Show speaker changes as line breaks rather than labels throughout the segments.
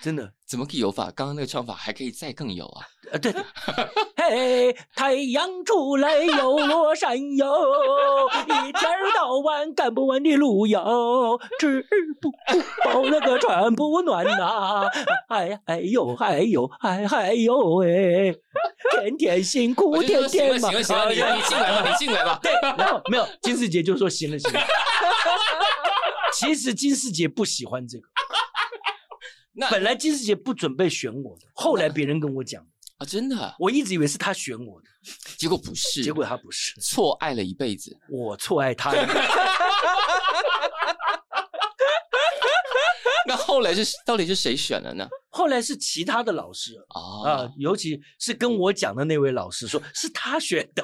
真的，
怎么个游法？刚刚那个唱法还可以再更有啊！
呃，对，嘿，太阳出来又落山哟，一天儿到晚干不完的路哟，吃不饱那个穿不暖呐、哎哎呦哎呦哎哎呦喂、天天辛苦，
我就
天
说行了
天
行
忙啊
了。行了，你你进来吧，你进来 吧。
对，然后没有金世杰就说行了行了。其实金世杰不喜欢这个，
那
本来金世杰不准备选我的，后来别人跟我讲，
啊，真的，
我一直以为是他选我的，
结果不是，
结果他不是，
错爱了一辈子。
我错爱他了。
那后来是到底是谁选了呢？
后来是其他的老师啊、
啊，
尤其是跟我讲的那位老师说，是他选的，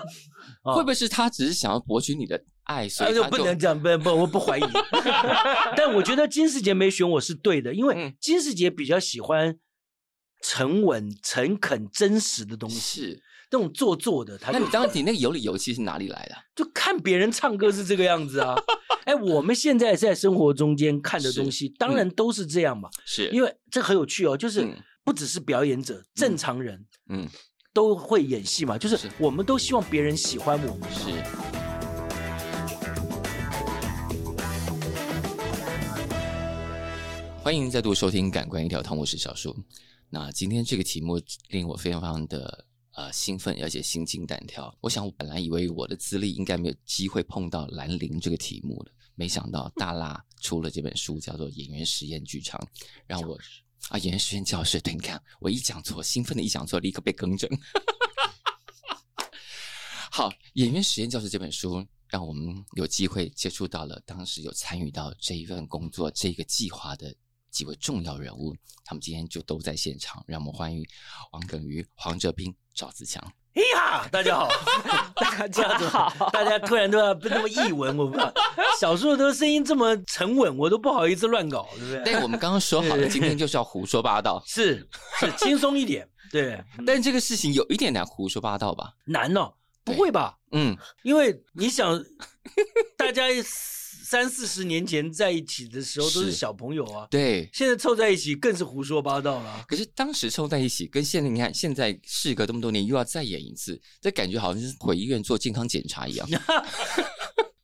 啊
会不会是他只是想要博取你的爱，所
哎
以
呦
他
不
就
能讲，不不，我不 怀疑。但我觉得金世杰没选我是对的，因为
嗯
金世杰比较喜欢沉稳、诚恳、真实的东西，
是？
那种做作的，他
那
就
你当你那个有理有气是哪里来的？
就看别人唱歌是这个样子啊。 哎，我们现在在生活中间看的东西，当然都是这样嘛，
是
因为这很有趣哦，就是
嗯
不只是表演者，正常人
嗯
都会演戏嘛，就是
是
我们都希望别人喜欢我们。
是。欢迎再度收听《感官一条通》，我是小树。那今天这个题目令我非常非常的呃兴奋，而且心惊胆跳。我想我本来以为我的资历应该没有机会碰到兰陵这个题目了，没想到大拉出了这本书，叫做《演员实验剧场》，让我啊演员实验教室。对，你看我一讲错，兴奋的一讲错，立刻被更正。好，《演员实验教室》这本书让我们有机会接触到了当时有参与到这一份工作、这个计划的几位重要人物，他们今天就都在现场，让我们欢迎王耿于、黄哲斌、赵子强。
哎呀，大家 好，大家好，大家突然都要那么译文，我不知 道，小时候都声音这么沉稳，我都不好意思乱搞，对不对？
但我们刚刚说好了，今天就是要胡说八道，
是是，轻松一 点，对，
但这个事情有一点点胡说八道吧？
难哦，不
对
会吧？
嗯，
因为你想，大家三四十年前在一起的时候都是
是
小朋友啊，
对。
现在凑在一起更是胡说八道了啊。
可是当时凑在一起，跟现在你看，现在事隔这么多年，又要再演一次，这感觉好像是回医院做健康检查一样，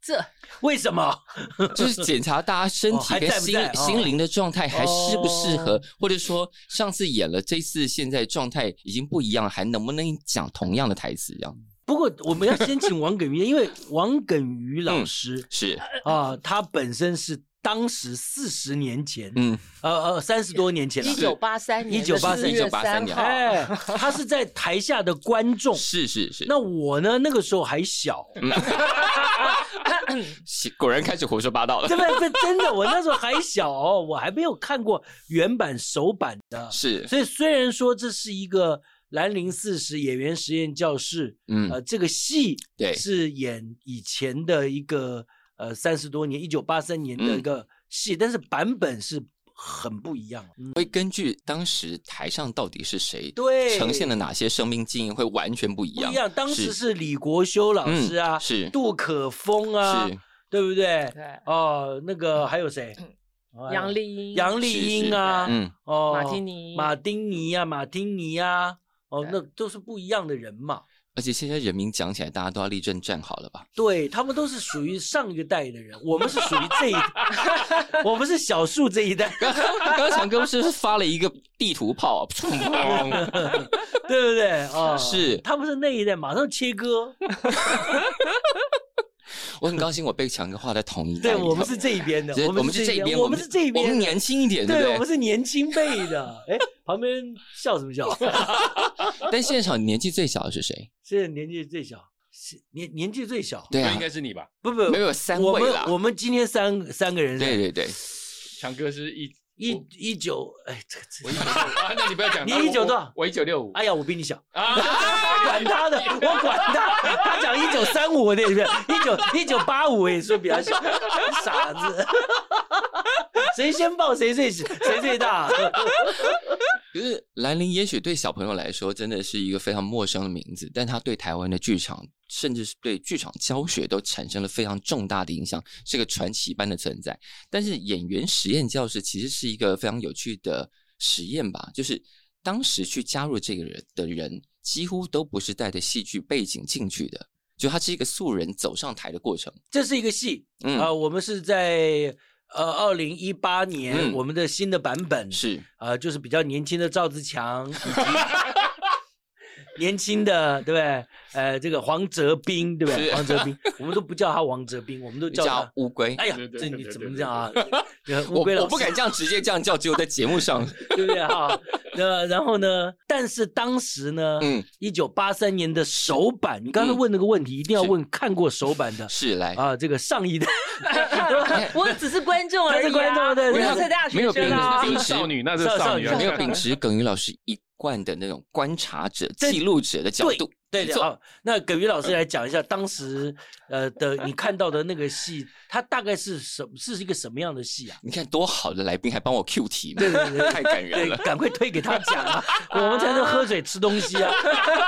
这
为什么？
就是检查大家身
哦还
体跟
在不
心、
在哦
心灵的状态还适不适合，
哦
或者说上次演了，这次现在状态已经不一样，还能不能讲同样的台词？一样
不过我们要先请王耿于，因为王耿于老师
是，
啊，他本身是当时四十年前，
嗯，
呃呃，三十多年前了
一。九八三年的
1983
4月
1983年
号
哎，他是在台下的观众。
是嗯是是。
嗯那我呢？那个时候还小，
是果然开始胡说八道了
这。不这真的，我那时候还小哦，我还没有看过原版首版的。
是，
所以虽然说这是一个兰陵四十演员实验教室，
嗯
呃，，这个戏
对
是演以前的一个呃三十多年，一九八三年
嗯
的一个戏，但是版本是很不一样。嗯、
会根据当时台上到底是谁，
对
呈现了哪些生命经验，会完全不一
不
样。
一样，当时是李国修老师啊，
嗯是
杜可风啊，
是
对不对？
对，
哦，那个还有谁？哦
嗯杨丽英、
杨丽英啊，
是是
嗯，
哦，
马丁尼、
马丁尼啊，马丁尼啊，哦，
对
那都是不一样的人嘛。
而且现在人名讲起来，大家都要立正站好了吧？
对他们都是属于上一个代的人，我们是属于这一， 我们是小树这一代，
刚刚强哥不是发了一个地图炮，砰砰
对不对啊？
是
他们是那一代，马上切割。
我很高兴我被强哥划在同一代
对
里头
我们是这一边的
对，
我
我
们
们
是
是
这
哎
一
这一
边，
边，
我们是这一
我
边
们
的。
年轻一点，
对，我们
不对？
是年轻辈 的。哎，旁边笑什么笑？
但现场年纪最小的是谁？
现在年纪最小，是年年纪最小，
对
那
啊
应，该是你吧？
不不
没，有三
我
位
们
啦。
我们今天三三个人
对
是
对对，
强哥是一，
一一九，哎，这个这
我
个
一九六啊，那你不要讲。
你
那我
19多少
我我一九六五
哎呀，我比 你小。
哎
啊。
管他的，我管他。他讲一九三五，我也是一九一九八五，我也说比较小，傻 子。谁先报谁最谁最 大？
可是兰陵也许对小朋友来说真的是一个非常陌生的名字，但他对台湾的剧场，甚至是对剧场教学都产生了非常重大的影响，是个传奇般的存在。但是演员实验教室其实是一个非常有趣的实验吧，就是当时去加入这个人的人，几乎都不是带着戏剧背景进去的，就他是一个素人走上台的过程。
这是一个戏
嗯，
啊、呃我们是在呃二零一八年、
嗯
我们的新的版本
是
啊、呃就是比较年轻的赵自强，以及 年轻的对不对？呃，这个黄泽斌对不对？
是
黄泽斌，我们都不叫他黄泽斌，我们都叫
叫
他。
乌龟。
哎呀
对，对
这
对
你
对
怎么
对
这样啊？呃乌
我
龟老
我不
师
敢这样直接这样叫，只有在节目上，
对不对哈？那然后呢？但是当时呢，
嗯，
一九八三年的首版，你刚才
嗯
问那个问题，一定要
是
问看过首版的
是来，
啊，这个上一代
我只是观众
他
而
是
已、啊，
观众对
我
对
是
对
台大
没
学
有
生啊
别。人
这是少女，那是
少
少女啊，
少
没有秉持耿于老师一贯的那种观察者、
对
记录者的角度，
对
没
的
错嗯
啊。那耿于老师来讲一下当时呃的你看到的那个戏，它大概是什是一个什么样的戏啊？
你看多好的来宾还帮我 Q 题嘛，
对对对
太感人
对
了，。
赶快推给他讲啊，我们才能喝水吃东西啊。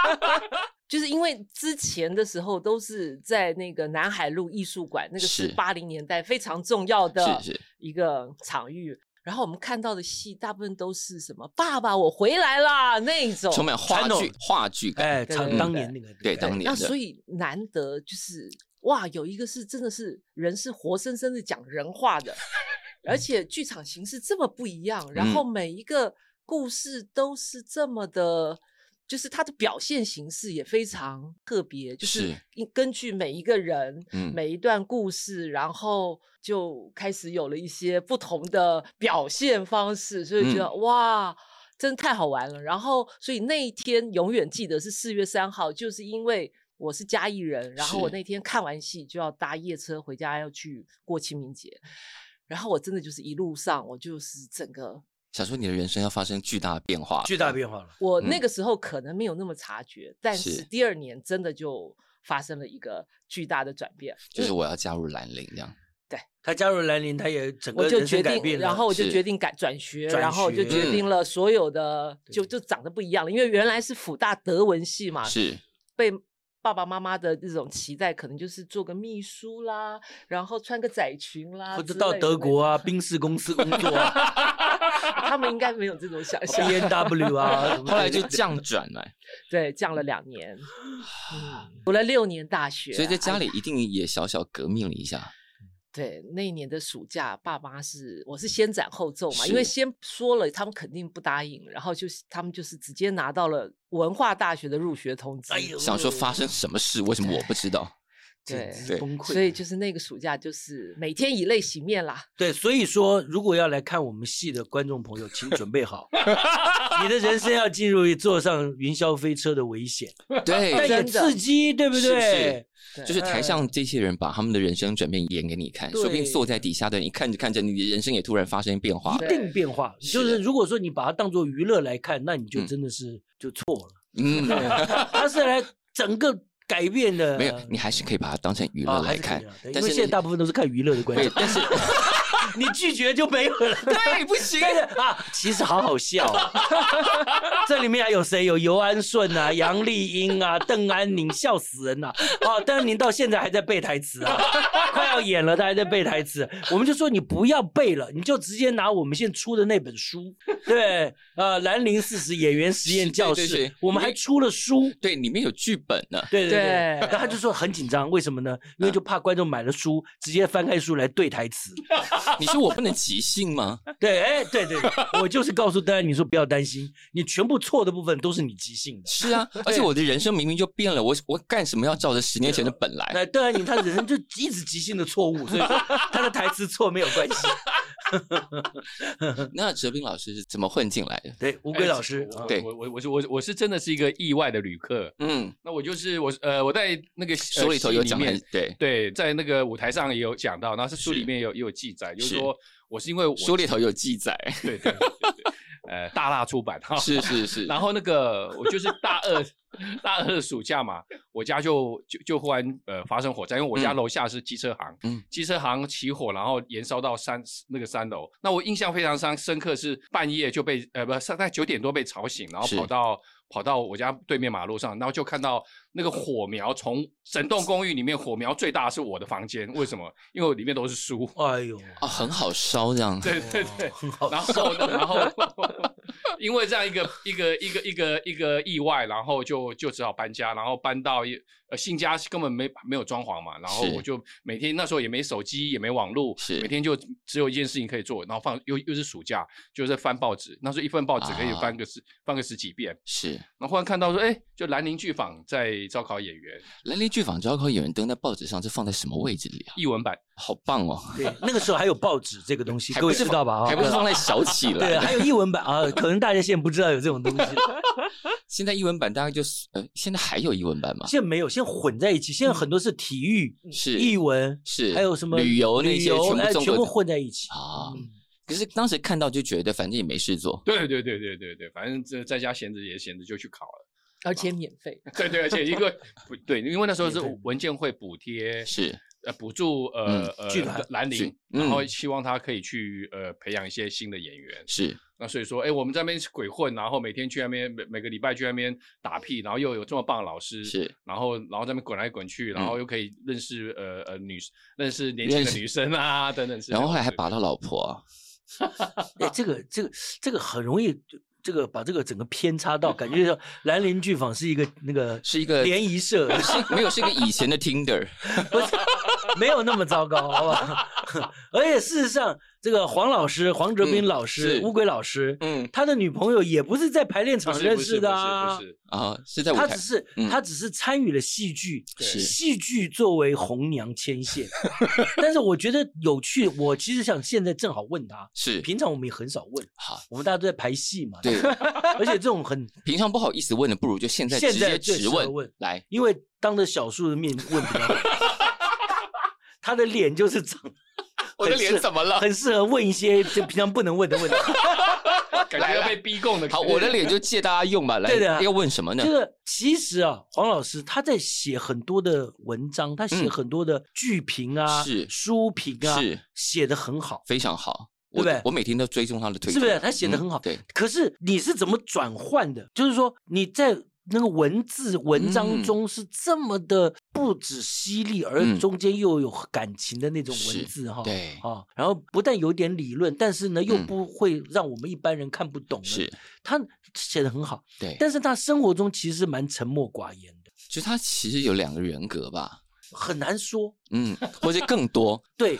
就是因为之前的时候都是在那个南海路艺术馆，那个
是
是八零年代非常重要的
是是
一个场域。然后我们看到的戏大部分都是什么“爸爸，我回来啦”那一种，
充满话
传统
剧话剧感，
哎，
对
当
对
当
对
年那个
对，当年
那
的，
所以难得就是哇，有一个是真的是人是活生生的讲人话的，
嗯
而且剧场形式这么不一样，然后每一个故事都是这么的。就是它的表现形式也非常特别，就是
是
一根据每一个人、
嗯
每一段故事，然后就开始有了一些不同的表现方式，所以觉
嗯
得、哇，真的太好玩了。然后，所以那一天永远记得是四月三号，就是因为我是嘉义人，然后我
是
那天看完戏就要搭夜车回家，要去过清明节。然后我真的就是一路上，我就是整个
想说你的人生要发生巨大的变化，
巨大变化了。
我那
嗯
个时候可能没有那么察觉，但
是
是第二年真的就发生了一个巨大的转变，
就是
嗯
我要加入兰陵这样，
他加入兰陵，他也整个
我就
人
决
生改变
定，
了，
然后我就是决定改转学，
转
然后就
学嗯
决定了所有的就
对
就长得不一样了，因为原来是辅大德文系
啊
嘛，
是
被爸爸妈妈的这种期待，可能就是做个秘书啦，然后穿个窄裙啦，
或者哦到德国
啊，
啊，宾士公司工作 啊
他们应该没有这种 想
，B
象。
N W 啊，什么
后来
之类
就
的
降转了，
对，降了两年， 嗯读了六年大学，
所以
啊
在家
哎
里一定也小小革命了一下，
哎
对，那一年的暑假，爸妈是我是先斩后奏嘛，因
是
为先说了，他们肯定不答应，然后就是他们就是直接拿到了文化大学的入学通知，
哎呦，
想说发生什么事，为什么我不 知道？
简
对
直啊
对
崩溃。
所以就是那个暑假就是每天以泪洗面啦。
对，所以说，如果要来看我们戏的观众朋友，请准备 好，你的人生要进入坐上云霄飞车的危险，但
对，
也
真的
刺激，对不
是不是
对？
对
就是台上这些人把他们的人生转变演给你看，
对
说不定坐在底下的你看着看着，你的人生也突然发生变化
一
了。
定变化，
是
就是
的
如果说你把它当做娱乐来看，那你就
嗯
真的是就错了。
嗯，
它是来整个改变的，
没有，你还是可以把它当成娱
啊
乐
还
来
是可以
看
的，因
但
为
是
现在
你
大部分都是看娱乐的观
对
众，，
但是
你拒绝就没有了。
对不行，
但是 啊，其实好好笑、啊， 这里面还有谁？有尤安顺 啊、杨丽英啊、邓安宁，笑死人了、啊！邓安宁到现在还在背台词啊，快要演了，他还在背台词。我们就说你不要背了，你就直接拿我们现在出的那本书，对，呃，《兰陵四十演员实验教室
是》对对对
我们还出了书。
对，里面有剧本 呢。
对对对，
对
然后他就说很紧张，为什么呢？因为就怕观众买了书，直接翻开书来对台词。
你说我不能即兴吗？
对，哎，对对，我就是告诉大家，你说不要担心，你全部错的部分都是你即兴的。
是啊，而且我的人生明明就变了，我我干什么要照着十年前的本来？
那邓安宁他人生就一直即兴的错误，所以说他的台词错没有关系。
那哲斌老师是怎么混进来的？
对，乌龟老师，啊
对
我我我是我我是真的是一个意外的旅客。
嗯，
那我就是我呃我在那个呃
书里头有讲
戏
的
里面，
对，
对，在那个舞台上也有讲到，然后是书
是
里面也有也有记载，就是
是
说我是因为我
书里头有记 载，
对对对对对呃大辣出版
哦
哈，
是是是，
然后那个我就是大 二大二的暑假嘛，我家就就就忽然呃发生火灾，因为我家
嗯
楼下是机车行，
嗯
机车行起火，然后延烧到三那个三楼。那我印象非常深深刻是半夜就被呃不上在九点多被吵醒，然后
是
跑到。跑到我家对面马路上，然后就看到那个火苗从整栋公寓里面火苗最大的是我的房间，为什么？因为我里面都是书。
哎呦，
哦
哦
啊，很好烧这样，
对对对，
很好
然
笑
后，然后，因为这样一个一个一个一个一个意外，然后就就只好搬家，然后搬到一呃新家根本没没有装潢嘛，然后
是
我就每天那时候也没手机也没网络，
是
每天就只有一件事情可以做，然后放又又是暑假，就是翻报纸，那时候一份报纸可以
啊
翻个十、翻个十几遍，
是
然后忽然看到说，哎，就兰陵剧坊在招考演员，
兰陵剧坊招考演员登在报纸上是放在什么位置里啊？
译文版，
好棒哦，
对，那个时候还有报纸这个东西，
还
各
不
位
是
知道吧？啊
还不是放在小 起
对，
来？
还有译文版啊，可能大家现在不知道有这种东西，
现在译文版大概就是呃，现在还有译文版吗？
现在没有，现在混在一起，现在很多是体育、
嗯是
译文，
是
还有什么
旅游那
旅
些
游哎
全部
全
综
部
合
混在一起。
啊
嗯？
可是当时看到就觉得反正也没事做，
对对对对对对，反正这在家闲着也闲着就去考了，
而
啊
且免费。
对对，而且一个不对，因为那时候是
免费
文件会补贴
是
呃补助呃、呃
剧团
兰
嗯剧
陵，
嗯
然后希望他可以去呃培养一些新的演员。
是
那所以说，哎，我们在那边鬼混，然后每天去那边每每个礼拜去那边打屁，然后又有这么棒的老师，
是，
然后然后在那边滚来滚去，然后
嗯
又可以认识呃呃女认识年轻
认
的
识
女生啊等等之类的。
然后后来还
对
拔到老婆啊，
哎，这个这个这个很容易，这个把这个整个偏差到，感觉 像兰陵剧坊是一个那个
是一个
联谊社，
是没有是一个以前的 Tinder，
没有那么糟糕，好不好？ 而且事实上，这个黄老师、黄哲斌
嗯
老师、
是
乌龟老师，
嗯
他的女朋友也不是在排练场
不是
哦
认
不是
识的
不是
啊
不。是
啊是在舞
他
台
只是、
嗯
他只是参与了戏剧，
对
是
戏剧作为红娘牵线。 但是我觉得有趣，我其实想现在正好问他，
是
平常我们也很少问，
好
我们大家都在排戏嘛，
对，
而且这种很，
平常不好意思问的，不如就现在
现
直
在
接
最
直
适合
问
问
来，
因为当着小树的面问比较好。 他的脸就是长，
我的脸怎么了？
很适合问一些就平常不能问的问题。
感觉要被逼供的。
好，我 的脸就借大家 用吧，来
对的啊
要问什么呢
这？个其实啊，黄老师他在写很多的文章，他写
嗯
很多的剧评啊、
是
书评啊，
是
写的很好，
非常好，
对
我
不对
我每天都追踪他的推特，
是不是？他写的很好、
嗯对，
可是你是怎么转换的？就是说你在那个文字文章
嗯
中是这么的不止犀利，而
嗯
中间又有感情的那种文字哈、
对
啊，然后不但有点理论，但是呢又
嗯
不会让我们一般人看不懂的。
是，
他写的很好，
对，
但是他生活中其实蛮沉默寡言的，
就他其实有两个人格吧，
很难说。
嗯，或者更多，
对，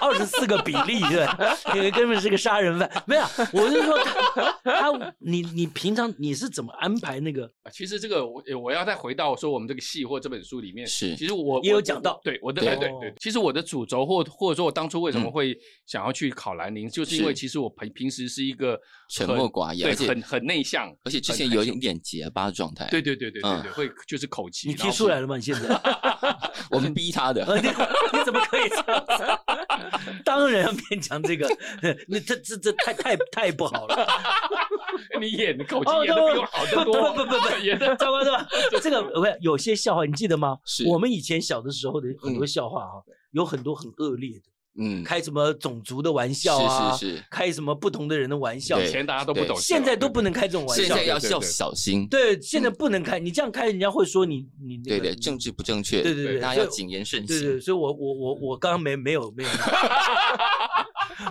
二十四个比例，对，因为根本是个杀人犯。没有，我是说他，他你你平常你是怎么安排那个？
啊，其实这个我我要再回到说我们这个戏或这本书里面
是
其实我
也有
我
讲到
我对我的
对
对对
哦
对，其实我的主轴或或者说我当初为什么
嗯
会想要去考兰陵，就
是
是因为其实我平平时是一个
沉
很
默寡言，而
对，
且
很很内向，
而且之
很
前
害
有
羞
一点结巴的状态，
对，对对对对
嗯
对，会就是口吃，
你
然后
提出来了吗？你现在，
我们逼他的，
呃你你怎么可以这样子？ 当然要勉强这个，那这这这太太太不好了。
你演的口
哦
吃演的比
对
我好
不
得
不
多，
不不不，
演的
糟糕糟糕，这个不是有些笑话，你记得吗？
是
我们以前小的时候的很多笑话啊，有很多很恶劣的，
嗯，
开什么种族的玩笑啊，
是是是，
开什么不同的人的玩笑，
对
以前大家都不
对
懂事啊，
现在都不
对
能开这种玩
现
笑
在。要
对对
要
对
小心，
对，现在不能开，你这样开，人家会说你你那
对
个
对，政治不正确，
对对对
大
所
家
以
要谨言慎
对对，
行，
所以我我我我刚刚没没有没 有，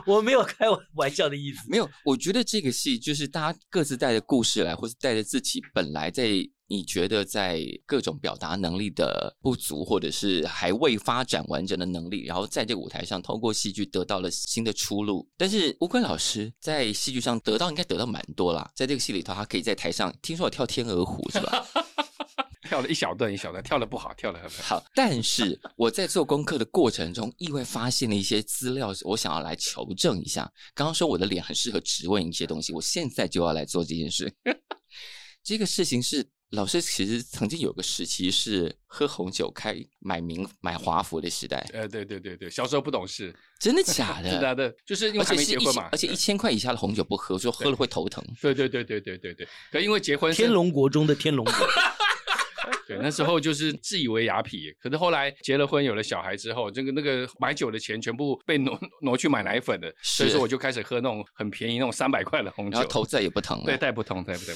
我没有开玩笑的意思。
没有，我觉得这个戏就是大家各自带着故事来，或是带着自己本来在你觉得在各种表达能力的不足，或者是还未发展完整的能力，然后在这个舞台上通过戏剧得到了新的出路。但是乌龟老师在戏剧上得到应该得到蛮多啦，在这个戏里头，他可以在台上听说我跳天鹅湖是吧？
跳了一小段一小段，跳的不好，跳的很
好，但是我在做功课的过程中，意外发现了一些资料，我想要来求证一下。刚刚说我的脸很适合质问一些东西，我现在就要来做这件事。 这个事情是老师其实曾经有个时期是喝红酒开买名买华服的时代，
呃，对对对对，小时候不懂事，
真的假
是的
的？
对，就是因为
哎而
还
且
没
是
结
一
婚嘛，
而且一千块以下的红酒不喝，说喝了会头疼。
对对对对对对对，可因为结婚
天
生
龙国中的天龙国，
对，那时候就是自以为雅痞，可是后来结了婚，有了小孩之后，这个那个买酒的钱全部被挪挪去买奶粉了，所以
是
说我就开始喝那种很便宜那种三百块的红
然
酒
后。头再也不疼了。
对，带不同，带不同，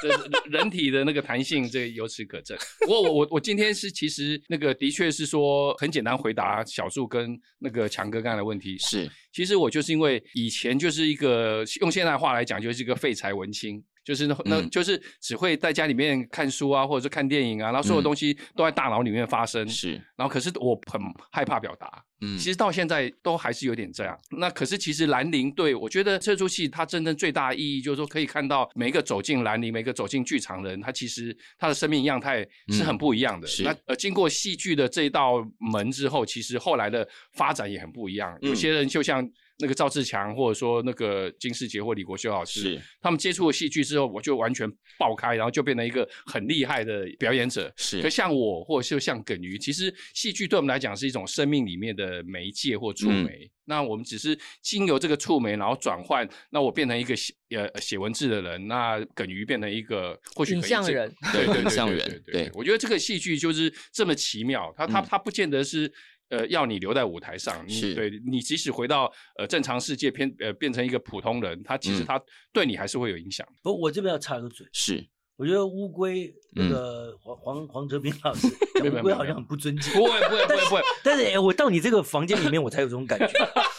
这是人体的那个弹性，这由此可证。不过我我我今天是其实那个的确是说很简单回答小树跟那个强哥刚才的问题，
是
其实我就是因为以前就是一个用现在话来讲，就是一个废柴文青，就是那那、
嗯
就是只会在家里面看书啊，或者是看电影啊，然后所
嗯
有东西都在大脑里面发生。
是，
然后可是我很害怕表达，
嗯
嗯其实到现在都还是有点这样。那可是其实兰陵对我觉得这出戏它真正最大的意义就是说，可以看到每一个走进兰陵、每一个走进剧场的人，他其实他的生命样态是很不一样的。
嗯是
那呃，经过戏剧的这一道门之后，其实后来的发展也很不一样。
嗯
有些人就像。那个赵志强，或者说那个金世杰或李国修老师，
是
他们接触了戏剧之后，我就完全爆开，然后就变成一个很厉害的表演者。可
是，
像我，或者是像耿于，其实戏剧对我们来讲是一种生命里面的媒介或触媒。
嗯
那我们只是经由这个触媒，然后转换，那我变成一个写呃写文字的人，那耿于变成一个或许
影
可以
像
这
人，
对对对
影
对
像
对
人
对对
对
我觉得这个戏剧就是这么奇妙，它它
嗯
它不见得是。呃，要你留在舞台上，你
是
对你即使回到呃正常世界，偏呃变成一个普通人，他其实
嗯
他对你还是会有影响。
不，我这边要插个嘴，
是，
我觉得乌龟那
嗯
个黄黄黄哲斌老 师
没
对
有没有
乌
没
龟
有
好像很不尊敬
不。会不会不会 不会，
但是哎，我到你这个房间里面，我才有这种感觉。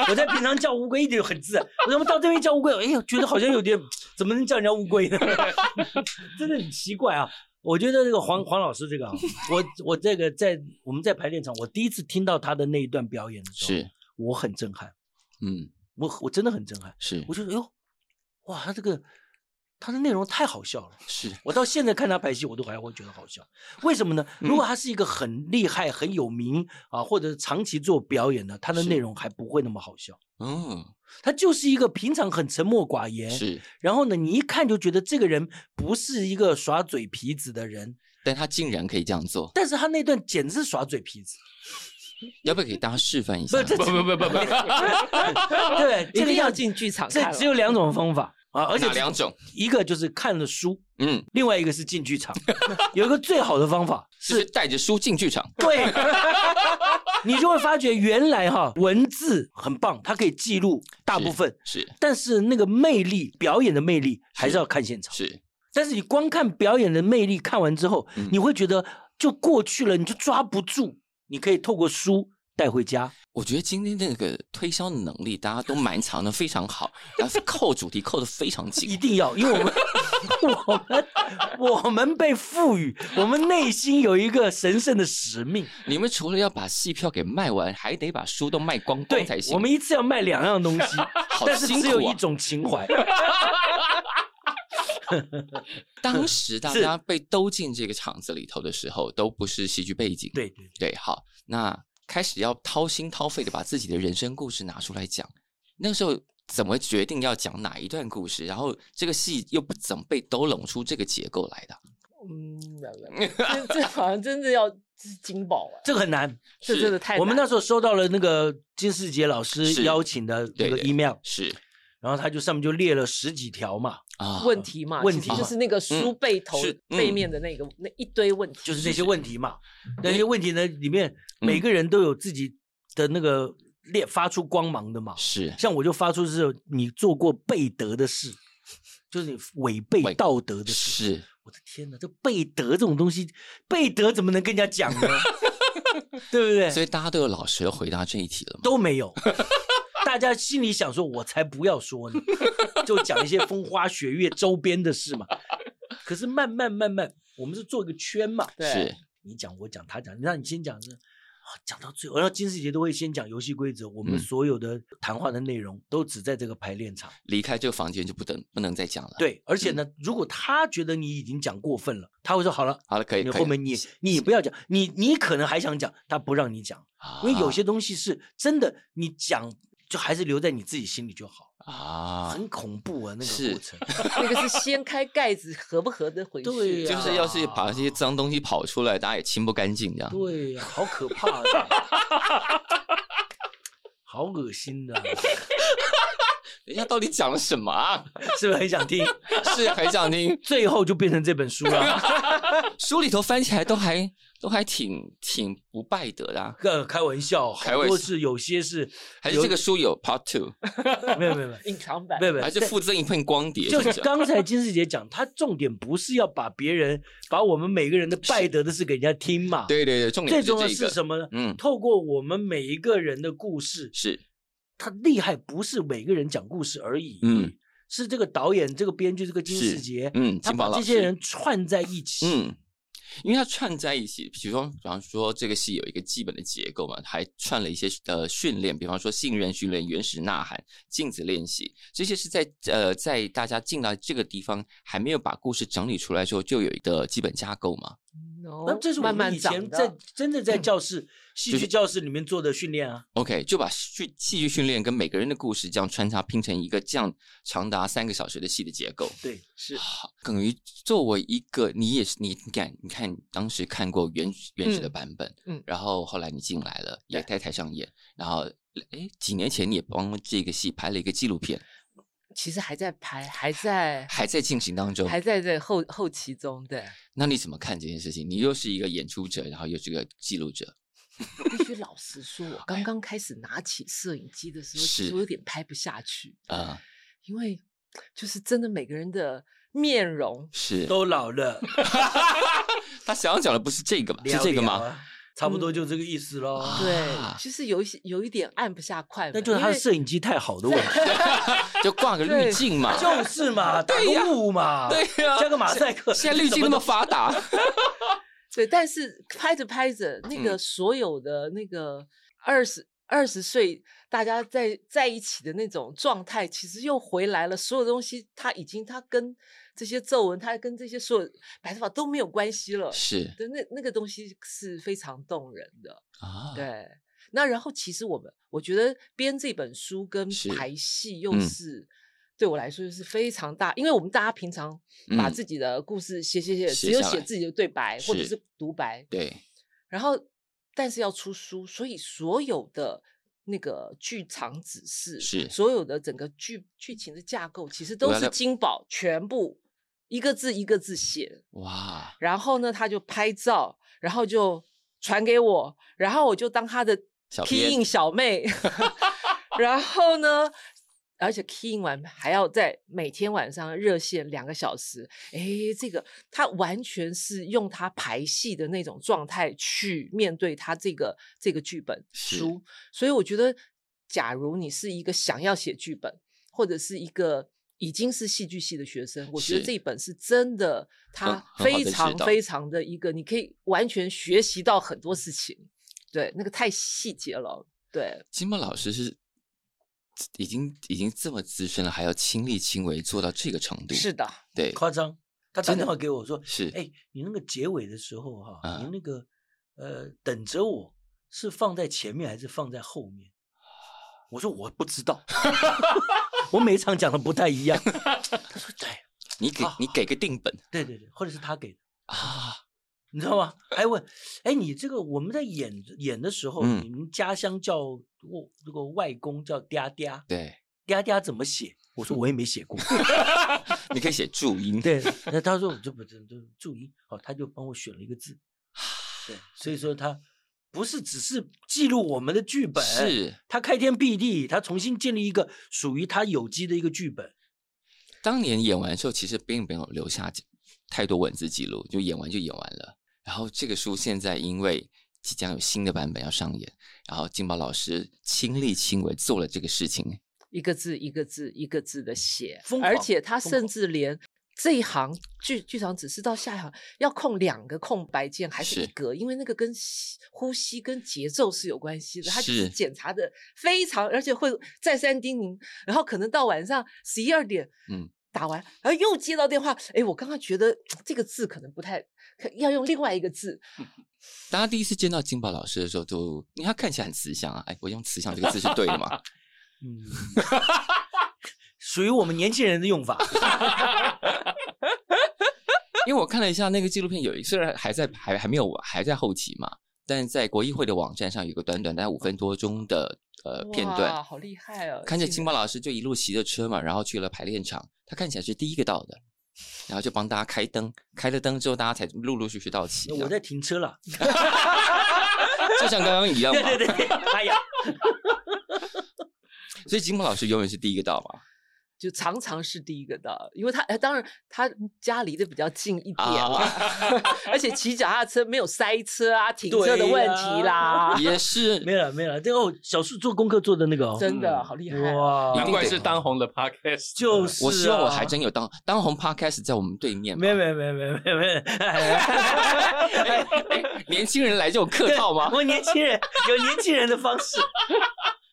我在平常叫乌龟一直很自然，我怎么到这边叫乌龟？哎呀，觉得好像有点怎么能叫人家乌龟呢？ 真的很奇怪啊！我觉得这个黄黄老师这个啊，我我这个在我们在排练场，我第一次听到他的那一段表演的时候，
是，
我很震撼，
嗯，
我我真的很震撼。
是
我，觉得哎呦，哇，他这个他的内容太好笑了。
是，
我到现在看他排戏，我都还会觉得好笑。为什么呢？如
嗯
果他是一个很厉害、很有名啊，或者长期做表演的，他的
是
内容还不会那么好笑。
嗯，
他就是一个平常很沉默寡
哎
言，
是，
然后呢，你一看就觉得这个人不是一个耍嘴皮子的人，
但他竟然可以这样做，
但是他那段简直是耍嘴皮子。
要不要给大家示范一下
不？这
不不不不 不，
对，
一
这个
定要
要
进剧场
这
看
只
了
有两种方法啊，而且
哪两种？
一个就是看了书，
嗯，
另外一个是进剧场。 有一个最好的方法
就是带着书进剧场，
对，你就会发觉原来哈文字很棒，它可以记录大部分，
是
但是那个魅力，表演的魅力还是要看现场。
是，
但是你光看表演的魅力，看完之后，
嗯
你会觉得就过去了，你就抓不住。你可以透过书带回家，
我觉得今天这个推销能力大家都蛮强的，非常好，然后扣主题扣的非 常
一
紧，
定要，因为 我们我们我们被赋予，我们内心有一个神圣的使命。
你们除了要把戏票给卖完，还得把书都卖光光
对
才，行。
我们一次要卖两样东西，
好
但是
辛
只有
苦啊
一种情怀。
当时大
是
家被兜进这个场子里头的时候，都不是戏剧背景。
对对。
对，好，那开始要掏心掏肺的把自己的人生故事拿出来讲。那个时候怎么决定要讲哪一段故事？然后这个戏又不怎么被兜拢出这个结构来的？
嗯，这这好像真的要是金宝啊，
这个很难。
这真的太
我们
难
那时候收到了那个金世杰老
是
师邀请的那
对
个
对
email，
是
然后他就上面就列了十几条嘛，
啊，
问题嘛，
问
其
题
实就
嘛
是那个书
嗯
背头
是
背
嗯
面的那个那一堆问题，
就是那些问题嘛。那些问题呢，里面
嗯
每个人都有自己的那个列发出光芒的嘛。
是
像我就发出是你做过背德的事，就是你违背
违
道德的事。
是，
我的天哪，这背德这种东西，背德怎么能跟人家讲呢？ 对不对？
所以大家都有老实地回答这一题了吗？
都没有。大家心里想说，我才不要说呢， 就讲一些风花雪月周边的事嘛。可是慢慢慢慢，我们是做一个圈嘛，
对
是
你讲我讲他讲，那你先讲是。啊讲到最后，然后金世杰都会先讲游戏规则，我们
嗯
所有的谈话的内容都只在这个排练场。
离开这个房间就不能不能再讲了。，
对，而且呢，如果他觉得你已经讲过分了，他会说好了，
好了，可以，
你
可以
后面你你不要讲，你你可能还想讲，他不让你讲，
啊
因为有些东西是真的，你讲就还是留在你自己心里就好。
啊，
很恐怖啊，那
是
个过 程。
那个是掀开盖子合不合得回啊去？
对呀
就是要是把这些脏东西跑出来，大家也清不干净这样。
对呀、好可 怕啊的，好恶心的。
人家到底讲了什么啊？
是不是很想听？
是很想听，
最后就变成这本书 了。
书里头翻起来都还 都还挺挺不败德的、啊，
呃，开玩笑，
开玩
好多
笑
是有些是
还是这个书有 Part Two，
没有没有没有
隐藏版
没有没有，
还是附赠一份光碟？
就是
不
是
是
刚才金世杰讲，他重点不是要把别人把我们每个人的败德的事给人家听嘛？，
对对对，重
最
点是这
重要
个。
是什么呢？
嗯，
透过我们每一个人的故事，
是
他厉害不是每个人讲故事而已，
嗯，
是这个导演、这个编剧、这个金
是
世杰，
嗯，
他
金
把
宝老
这
师，
些人串在一起，，
嗯，因为它串在一起，比如说，比方说这个戏有一个基本的结构嘛，还串了一些呃训练，比方说信任训练、原始呐喊、镜子练习，这些是在呃在大家进到这个地方还没有把故事整理出来的时候，就有一个基本架构嘛。
那
那
这是我
慢
们
慢
以前
长
在
的，
真的在
嗯
教室、戏
就是
剧教室里面做的训练啊。
OK，就把戏戏剧训练跟每个人的故事这样穿插拼成一个这样长达三个小时的戏的结构。
对，
是
好等于作为一个你也是你你敢你看你当时看过原原始的
嗯
版本，
嗯
然后后来你进来了，也在台上演，然后诶几年前你也帮这个戏拍了一个纪录片，
其实还在拍，还在
还在进行当中，
还在这后后期中，对，
那你怎么看这件事情？你又是一个演出者，然后又是个记录者，
必须老实说，我刚刚开始拿起摄影机的时候，其
是
实我有点拍不下去
啊
因为就是真的每个人的面容
是
都老了，
他想要讲的不是这个 吧？是
聊
这
聊
个吗？嗯
啊？差不多就这个意思喽。
啊
对，就是有一些有一点按不下快门，
那就是
因
他的
为
摄影机太好的问 题，
就挂个滤
对
镜嘛，
就是嘛，打
对呀
个雾嘛，
对呀、
加个 马赛克，
现 在滤镜那么发达，
对，但是拍着拍着，那个所有的那个二十二十岁大家在在一起的那种状态，其实又回来了。所有东西，它已经它跟这些皱纹，它跟这些所有白头发都没有关系了。
是
对，那那个东西是非常动人的。
啊，
对，那然后其实我们，我觉得编这本书跟
是
排戏又
嗯
是。对我来说又是非常大，因为我们大家平常把
嗯
自己的故事写写写，
写
只有
下
写
来
自己的对白或者
是
是独白，
对，
然后但是要出书，所以所有的那个剧场指示，
是啊
所有的整个剧剧情的架构，其实
我
都
要
是
来
金宝全部一个字一个字写，
哇，
然后呢他就拍照，然后就传给我，然后我就当他的
小
key
编
in 小妹， 然后呢。而且 key in 完还要在每天晚上热线两个小时，诶，这个他完全是用他排戏的那种状态去面对他这个这个剧本
是
书，所以我觉得，假如你是一个想要写剧本，或者是一个已经是戏剧系的学生，我觉得
是
这一本是真的，它
很好的
非
指
常
导
非常的一个，你可以完全学习到很多事情。对，那个太细节了。对，
金茂老师是已经已经这么资深了，还要亲力亲为做到这个程度，
是的，
对，
夸张。他打电话给我说
是：“
哎，你那个结尾的时候哈、
啊
你那个呃等着我是放在前面还是放在后面？”我说：“我不知道， 我每一场讲的不太一样。”他说：“对，
你给
好
你给个定本
对对对，或者是他给的。”
啊，
你知道吗？还问，哎，你这个我们在演演的时候，
嗯
你们家乡叫我这个外公叫嗲嗲，
对，
嗲嗲怎么写？我说我也没写过。
你可以写注音，
对，那他说我这不这这注音，好，他就帮我选了一个字。对，所以说他不是只是记录我们的剧本，
是。
他开天辟地，他重新建立一个属于他有机的一个剧本。
当年演完之后，其实并没有留下太多文字记录，就演完就演完了。然后这个书现在因为即将有新的版本要上演，然后金宝老师亲力亲为做了这个事情，
一个字一个字一个字的写
疯，
而
狂
且他
疯
甚
狂
至连这一行剧剧场只是到下一行要空两个空白键还是一
是
格，因为那个跟吸呼吸跟节奏是有关系的，他就是是检查的非常，而且会再三叮咛，然后可能到晚上十一二点，
嗯
嗯。打完，然后又接到电话，哎，我刚刚觉得这个字可能不太，可要用另外一个字，
大家第一次见到金宝老师的时候都，因为他看起来很慈祥啊，哎，我用慈祥这个字是对的吗？
嗯，属于我们年轻人的用 法。
因为我看了一下那个纪录片，有一虽然还在还还没有还在后期嘛，但在国议会的网站上有个短短大概五分多钟的呃片
哇
段，
好厉害哦！
看着
竟
金
然
宝老师就一路骑着车嘛，然后去了排练场，他看起来是第一个到的，然后就帮大家开灯，开了灯之后大家才陆陆续续到齐。
我在停车了。
就像刚刚一样嘛
对，对对，哎呀，
所以金宝老师永远是第一个到嘛。
就常常是第一个到，因为他呃当然他家离得比较近一点
啊
啦， 而且骑脚踏车没有塞车啊、停车的
对
问
呀
题啦，
也是
没有了没有了，这个哦小树做功课做的那个哦，
真的
嗯
好厉害哦！
哇
一
难
定，
怪
得
是当红的 podcast，
就是啊
我希望我还真有当当红 podcast 在我们对面嘛。
没有没有没有没有没有没 有，
哎哎年轻人来就有客套吗？
我年轻人有年轻人的方式。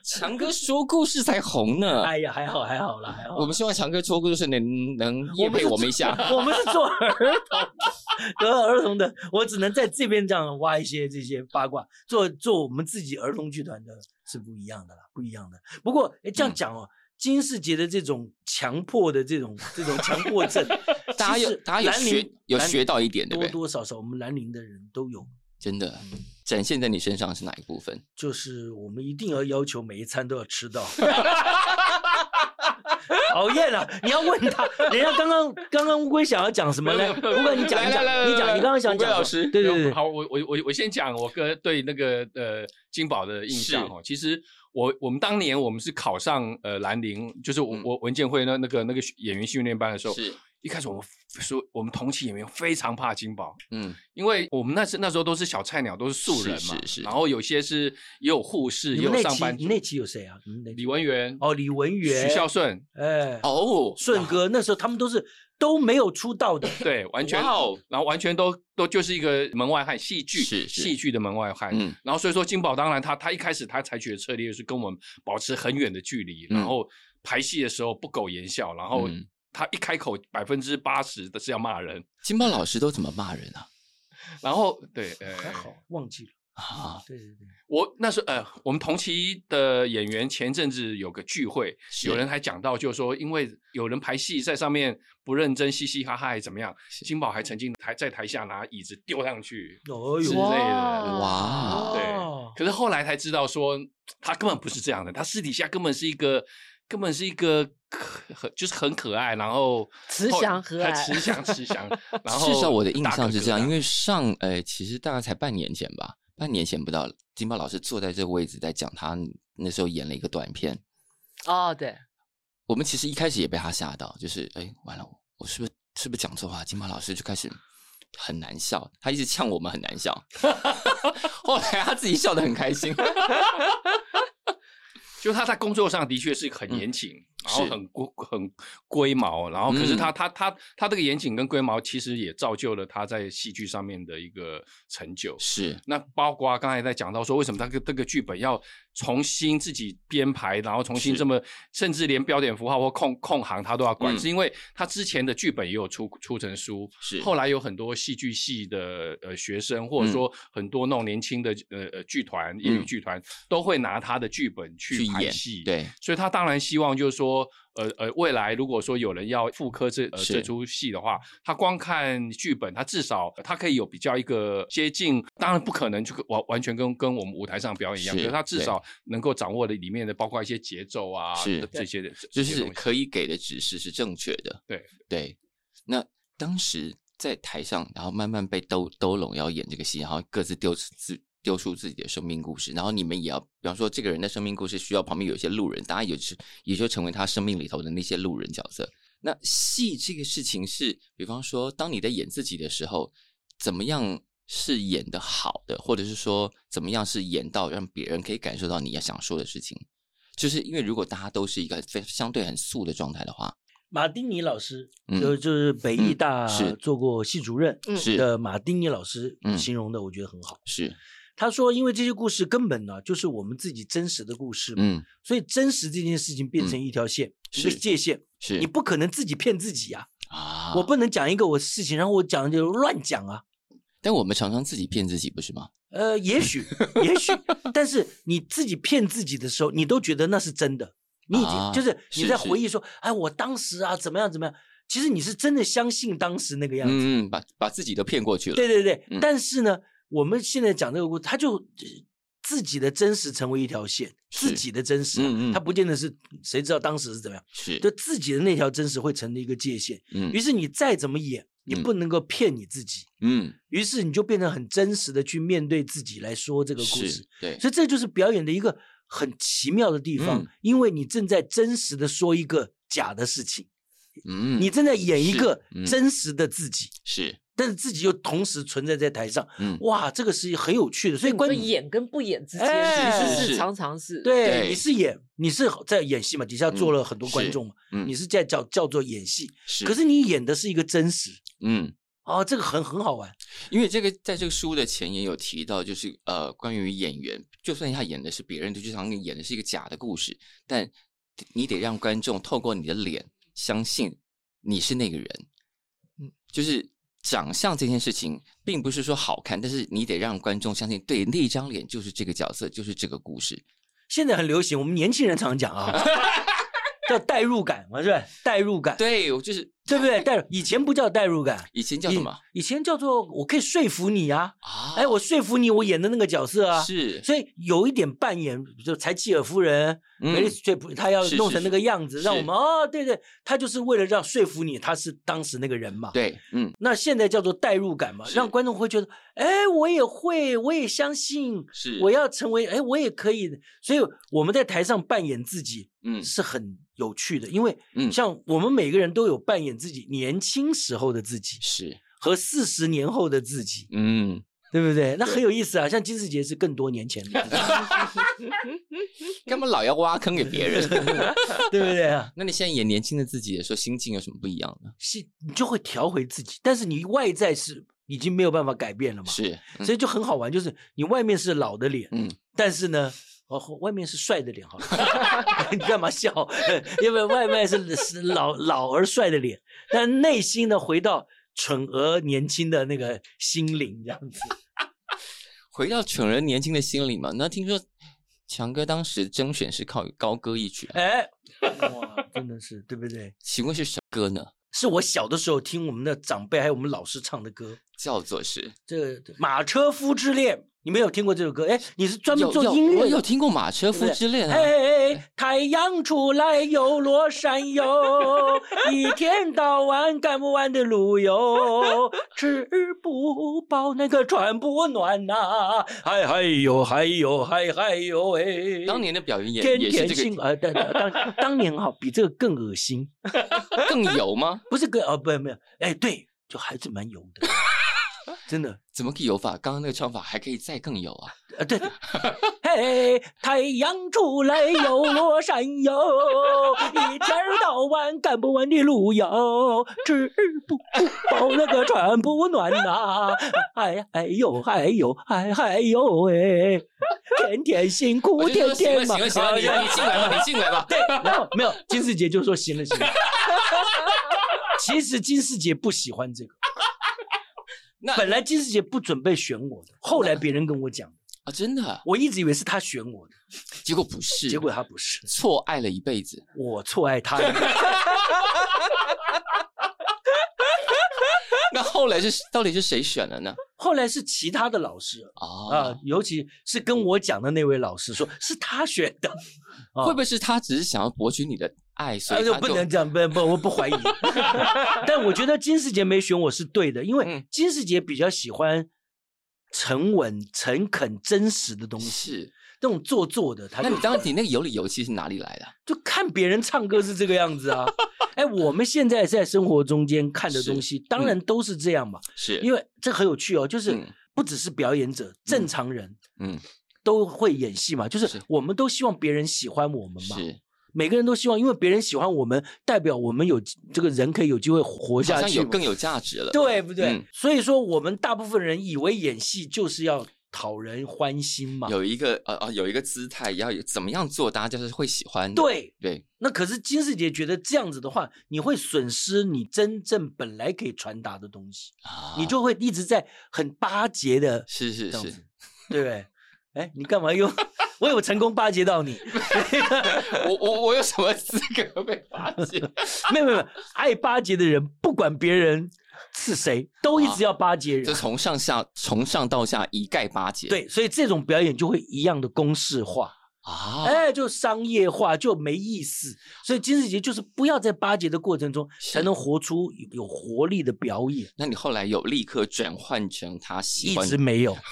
强哥说故事才红 呢。
哎呀，还好还好啦，还好。
我们希望强哥说故事能能夜
我们
配
是
我们一
做
下。，
我们是做儿童 得儿童的，我只能在这边这样挖一些这些八卦。做做我们自己儿童剧团的是不一样的啦，不一样的。不过诶这样讲哦，金世杰的这种强迫的这种这种强迫症
大家有
其实
大家有
兰陵
学有
兰
学到一点，对不
多
对？
多少少我们兰陵的人都有。
真的展现在你身上是哪一部分？
就是我们一定要要求每一餐都要吃 到。讨厌了！你要问他，人家刚刚刚刚乌龟想要讲什么 呢？乌龟，你讲一
来
讲，
来来
你
来
讲，你刚刚想
乌龟
讲什么
老师
对对对，
好，我我我我先讲我哥对那个呃金宝的印象
是
哦。其实我我们当年我们是考上呃兰陵，就是我、
嗯
我文建会那那个那个演员训练班的时候，
是
一开始我们说我们同期演员非常怕金宝，
嗯
因为我们那时那时候都是小菜鸟，都是素人嘛，
是是是
然后有些是也有护士，
你
也
们那
有上
期
班
你
族，
那期有谁啊？你们那期
李文源、
哦，李文源、
许孝顺，
哎，
哦，
顺哥，那时候他们都是都没有出道的，
对，完全，
哇哦
然后完全都都就是一个门外汉，戏剧
是是
戏剧的门外汉，
嗯
然后所以说金宝当然他他一开始他采取的策略是跟我们保持很远的距离，
嗯
然后排戏的时候不苟言笑，然后
嗯
他一开口百分之八十的是要骂人，
金宝老师都怎么骂人啊？
然后对，
哦
呃，
还好忘记了。
啊，
对对对，
我那时候呃，我们同期的演员前阵子有个聚会，
是
有人还讲到，就是说因为有人排戏在上面不认真，嘻嘻哈哈还怎么样，金宝还曾经还在台下拿椅子丢上去。
哦
之类
呦，
的
哇
对
哦
可是后来才知道说，他根本不是这样的，他私底下根本是一个，根本是一个可很就是很可爱，然后
慈
后
祥和
他
蔼
慈祥慈 祥。然后
至少我的印
大
象
哥
是
哥
这样，
啊
因为上呃，其实大概才半年前吧，半年前不到，金宝老师坐在这个位置在讲他那时候演了一个短片，
哦，对，
我们其实一开始也被他吓到，就是哎，完了，我是不是是不是讲错话？金马老师就开始很难笑，他一直呛我们很难笑， 后来他自己笑得很开心。
就他在工作上的确是很严谨，然后
是嗯
很龟很龟毛，然后可是他、他他他这个严谨跟龟毛，其实也造就了他在戏剧上面的一个成就。
是，
那包括刚才在讲到说，为什么他这个这个剧本要重新自己编排，然后重新
是
这么，甚至连标点符号或空空行他都要管，
嗯
是因为他之前的剧本也有出出成书，
是
后来有很多戏剧系的呃学生，或者说很多那种年轻的呃呃剧团、业余
嗯
剧团，都会拿他的剧本去
去
排
演
戏，。
对，
所以他当然希望就是说，呃呃，未来如果说有人要复刻这呃
是
这出戏的话，他光看剧本，他至少他可以有比较一个接近，当然不可能就跟完完全跟跟我们舞台上表演一样，
是
可是他至少能够掌握的里面的包括一些节奏啊，
是
这这些的，这
就
这些
是
东西
可以给的指示是正确的。
对
对，那当时在台上，然后慢慢被兜兜拢要演这个戏，然后各自丢出自丢出自己的生命故事，然后你们也要，比方说这个人的生命故事需要旁边有一些路人，大家也是也就成为他生命里头的那些路人角色。那戏这个事情是，比方说当你在演自己的时候，怎么样？是演的好的，或者是说怎么样是演到让别人可以感受到你要想说的事情，就是因为如果大家都是一个非相对很素的状态的话，
马丁尼老师，
嗯
就就是北艺
嗯
大
是
做过系主任
嗯
是
的马丁尼老师
嗯
形容的，我觉得很好。
是，
他说，因为这些故事根本呢就是我们自己真实的故事嘛，
嗯，
所以真实这件事情变成一条线，一个
是
界限，
是
你不可能自己骗自己呀、
啊，
我，不能讲一个我事情，然后我讲就乱讲啊。
但我们常常自己骗自己，不是吗？
呃，也许， 也许，但是你自己骗自己的时候，你都觉得那是真的，你已经、
啊
就是你
是
在
是
回忆说，哎，我当时啊怎么样怎么样，其实你是真的相信当时那个样子，
嗯嗯，把把自己都骗过去了，
对对对。
嗯
但是呢，我们现在讲这个故事，他就呃自己的真实成为一条线，自
是
己的真实啊，
嗯嗯
他不见得是谁知道当时是怎么样，
是
就自己的那条真实会成了一个界限。
嗯
于是你再怎么演，你
嗯
不能够骗你自己，
嗯，
于是你就变得很真实的去面对自己来说这个故
是
事。
对，
所以这就是表演的一个很奇妙的地方，
嗯
因为你正在真实的说一个假的事情，
嗯，
你正在演一
是
个
嗯
真实的自己。
是
但是自己又同时存在在台上，
嗯
哇，这个是很有趣嗯的。所以
所
关
以演跟不演之间，
哎
其实
是是
是常常是
对
对
你是演，你是在演戏嘛，底下坐
嗯
了很多观
是
众嘛，
嗯
你是在叫叫做演戏，
是，
可是你演的是一个真实
嗯，
啊，这个很很好玩。
因为这个在这个书的前言有提到，就是呃，关于演员，就算他演的是别人的剧场演的是一个假的故事，但你得让观众透过你的脸相信你是那个人。嗯，就是长相这件事情，并不是说好看，但是你得让观众相信，对，那一张脸就是这个角色，就是这个故事。
现在很流行，我们年轻人常讲啊， 叫代入感嘛，是吧？代入感，
对，我就是
对不对？代入以前不叫代入感，
以前叫什
以
么
以前叫做我可以说服你啊，
啊？
哎，我说服你我演的那个角色啊，
是，
所以有一点扮演，就柴契尔夫人，
嗯
梅丽史翠普，她要
是
弄
是
成那个样子，
是
让我们哦，对对，她就是为了让说服你，她是当时那个人嘛。，
对，嗯，
那现在叫做代入感嘛，
是
让观众会觉得，哎，我也会，我也相信，
是，
我要成为，哎，我也可以。所以我们在台上扮演自己
嗯
是很有趣的，因为
嗯
像我们每个人都有扮演自己年轻时候的自己
是，
和四十年后的自己，
嗯，
对不对？那很有意思啊，像金世杰是更多年前的 自己。
干嘛老要挖坑给别 人？
对不对啊？
那你现在演年轻的自己的时候，心境有什么不一样呢？
是，你就会调回自己，但是你外在是已经没有办法改变了嘛，
是，嗯
所以就很好玩，就是你外面是老的脸，
嗯
但是呢。哦，外面是帅的脸，好了， 你干嘛笑？ 因为外面是是老老而帅的脸，但内心呢，回到蠢而年轻的那个心灵，这样子。
回到蠢人年轻的心理嘛。那听说强哥当时征选是靠高歌一曲啊、
哎，哇，真的是，对不对？
请问是什么歌呢？
是我小的时候听我们的长辈还有我们老师唱的歌，
叫做是
这个《马车夫之恋》，你没有听过这首歌？哎，你是专门
有
做
有
音乐
我
的？
有听过《马车夫之恋》啊，
哎，太阳出来又落山哟，一天到晚干不完的路哟，吃不饱那个穿不暖呐、哎嗨嗨哟，嗨哟，嗨嗨哟，哎，
当年的表演也
天
也是
天
这
心
个
呃，当当当当年哈，比这个更恶心，
更油吗？
不是更哦，不没有，哎，对，就还是蛮油的，真的。
怎么个油法？刚刚那个唱法还可以再更油啊！
啊，对的， 嘿，太阳出来又落山哟，一天儿到晚干不完的路哟，吃不饱那个穿不暖呐、哎哎呦哎呦哎哎呦喂、天天辛苦
我就
天
说行
天
了行
忙。哎
了行了，你你进来吧，你进来吧。
对，然后没有金世杰就说行了行了。 其实金世杰不喜欢这个，
那
本来金世杰不准备选我的，后来别人跟我讲，
啊，真的，
我一直以为是他选我的，
结果不是，
结果他不是。
错爱了一辈子。
我错爱他了，
那后来是到底是谁选了呢？
后来是其他的老师啊、
啊，
尤其是跟我讲的那位老师说，是他选的，啊
会不会是他只是想要博取你的爱，所
哎
以
呦
他
不
就
能这样，不不，我不怀疑。 但我觉得金世杰没选我是对的，因为
嗯
金世杰比较喜欢沉稳、诚恳、真实的东西，
是？
那种做作的，他
那
就
你当你那个油里油气是哪里来的？
就看别人唱歌是这个样子 啊。哎，我们现在在生活中间看的
是嗯
东西，当然都是这样嘛，
是
因为这很有趣哦，就是
嗯
不只是表演者，正常人。
嗯
都会演戏嘛，就是
是
我们都希望别人喜欢我们嘛，
是，
每个人都希望，因为别人喜欢我们，代表我们有这个人可以有机会活
好
下
像
去
有
嘛，
更有价值了。
对不对？
嗯
所以说，我们大部分人以为演戏就是要讨人欢心嘛，
有一个呃呃有一个姿态要有怎么样做，大家就是会喜欢的。
对。
对，
那可是金世杰觉得这样子的话，你会损失你真正本来可以传达的东西，
啊
你就会一直在很巴结的
是是
这样子
是，，
对不对？哎，你干嘛又？ 我有成功巴结到你？
我我我有什么资格被发现？
没有没有，没有爱巴结的人，不管别人是谁，都
啊
一直要巴结
就
人。
从上下从上到下一概巴结。
啊对，所以这种表演就会一样的公式化，
啊，
哎，就商业化，就没意思。所以金世杰就是不要在巴结的过程中，
是
才能活出有活力的表演，
那你后来有立刻转换成他喜
一
欢
直没 有。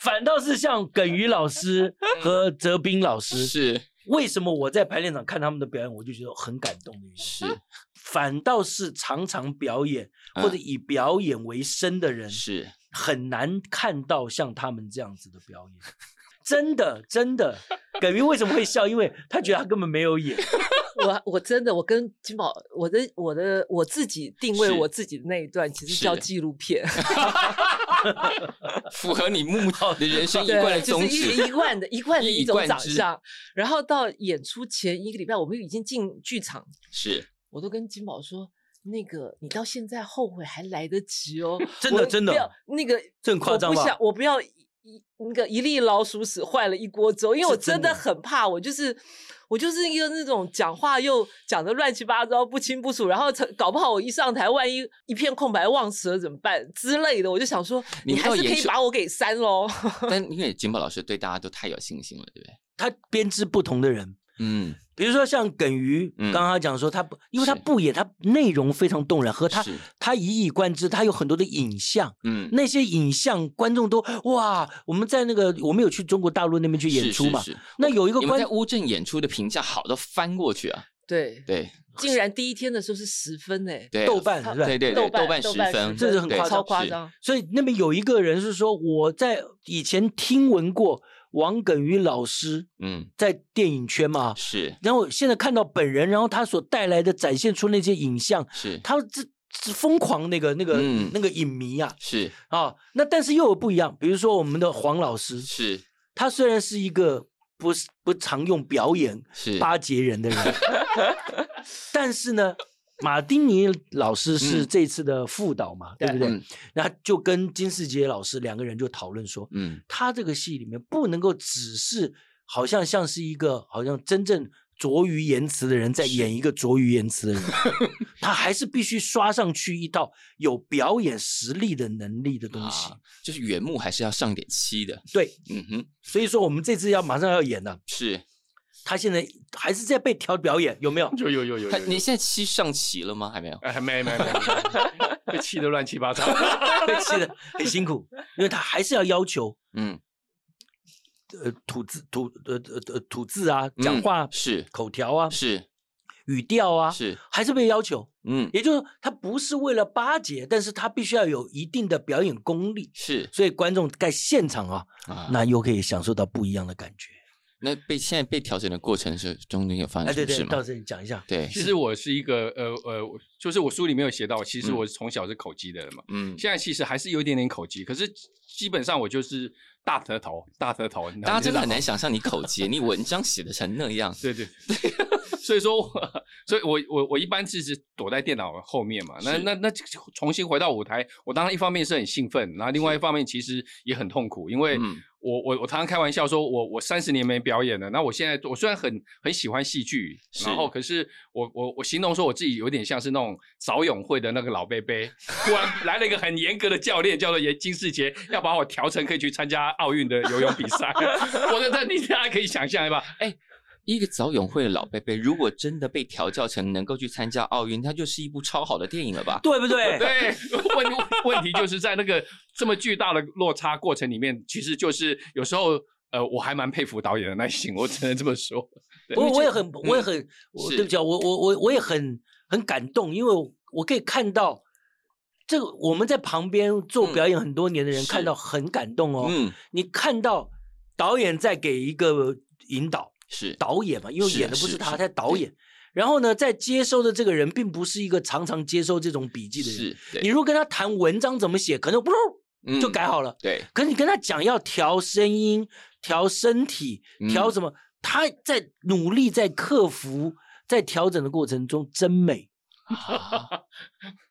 反倒是像耿于老师和泽斌老师，
是
为什么我在排练场看他们的表演，我就觉得很感动的原因？
是
反倒是常常表演
嗯
或者以表演为生的人，
是，
很难看到像他们这样子的表演。真的，真的，耿于为什么会笑？因为他觉得他根本没有演。，
我我真的，我跟金宝，我的我的我自己定位
是
我自己的那一段，其实
是
叫纪录片，
符合你目你人生一贯的
对，就
宗
是一一
旨。
贯的一贯的
一以
一种
贯
长
之
相。然后到演出前一个礼拜，我们已经进剧场
是
我都跟金宝说，那个你到现在后悔还来得及哦
真的
我
真的
不要那个
这很夸张
我不
吧
想，我不要一一那个一粒老鼠屎坏了一锅粥，因
是
为我真
真的
的很怕，我就是。我就是一个那种讲话又讲的乱七八糟、不清不楚，然后成搞不好我一上台，万一一片空白忘词了怎么办之类的，我就想说，
你
你还
要
是可
演
以
出
把我给删喽。
但因为景宝老师对大家都太有信心了，对不对？
他编织不同的人，
嗯，
比如说像耿于，
嗯
刚刚讲说他不，因为他
是
不演，他内容非常动人，和他
是
他一以贯之，他有很多的影像。
嗯，
那些影像，观众都哇！我们在那个，我们有去中国大陆那边去演
是
出
是
嘛？
是
那有一个
你们
观
在乌镇演出的评价好到翻过去啊！
对，
对
竟然第一天的时候是十分呢、
对，啊
豆瓣是吧？
对对对，
豆瓣
瓣
豆
十
瓣
分，
10
这是很
对
夸张
超夸
是
张。
所以那边有一个人是说，我在以前听闻过王耿于老师
嗯，
在电影圈嘛，
是
然后现在看到本人，然后他所带来的展现出那些影像，
是
他这这疯狂那个那个、
嗯
那个影迷啊
是
啊，那但是又有不一样，比如说我们的黄老师，
是
他虽然是一个不是不常用表演
是
巴结人的人， 但是呢。马丁尼老师是
嗯
这次的副导嘛，对不对？
对
嗯
那就跟金世杰老师两个人就讨论说，
嗯
他这个戏里面不能够只是好像像是一个好像真正拙于言辞的人在演一个拙于言 辞的人，他还是必须刷上去一道有表演实力的能力的东西。
啊，就是原木还是要上点漆的。
对，
嗯哼，
所以说我们这次要马上要演了，
是
他现在还是在被调表演，有没有？
有有有有
他
有，
你现在漆上齐了吗？还没有。
哎，还没没没，没被气得乱七八糟。
被气的很辛苦，因为他还是要要求。
嗯，
呃，吐字吐呃呃呃吐字啊，
嗯
讲话、
是
口条啊，
是
语调啊，
是，
还是被要求。
嗯
也就是说，他不是为了巴结，但是他必须要有一定的表演功力，
是
所以观众在现场啊，
啊。
那又可以享受到不一样的感觉。
那被现在被调整的过程是中间有发
哎，对
生
对
什么事，
到
吗？
这里讲一下。
对，
其实我是一个呃呃，我就是我书里面有写到，其实
嗯
我从小是口疾的人嘛，
嗯，
现在其实还是有一点点口疾，可是基本上我就是大舌头，大舌头，
大家真的很
你知道吗
难想象你口疾，你文章写的成那样。
对对对，所以说我，所以我我我一般是是躲在电脑后面嘛。那
是
那那重新回到舞台，我当然一方面是很兴奋，然后另外一方面其实也很痛苦，因为
嗯
我我我常常开玩笑说我，我三十年没表演了。那我现在我虽然很很喜欢戏剧，
是
然后可是我我我形容说我自己有点像是那种早泳会的那个老贝贝，忽然来了一个很严格的教练，叫做严金世杰，要把我调成可以去参加奥运的游泳比赛。我的，那你大家可以想象吧？
一个早泳会的老贝贝，如果真的被调教成能够去参加奥运，它就是一部超好的电影了吧？
对不对？
对，问问题就是在那个这么巨大的落差过程里面，其实就是有时候，呃，我还蛮佩服导演的耐心，我只能这么说。对
我我也很，我也很，我
嗯是
对不起啊，我我我我也很很感动，因为我可以看到这个我们在旁边做
嗯
表演很多年的人
是
看到很感动哦。
嗯，
你看到导演在给一个引导，
是
导演嘛，因为
是啊
演的不
是
是他，
是
他导演。然后呢，在接收的这个人并不是一个常常接收这种笔记的人。
是，对
你如果跟他谈文章怎么写，可能不
嗯
就改好了。
对，
可是你跟他讲要调声音、调身体、调
嗯
什么，他在努力在克服、在调整的过程中真 美。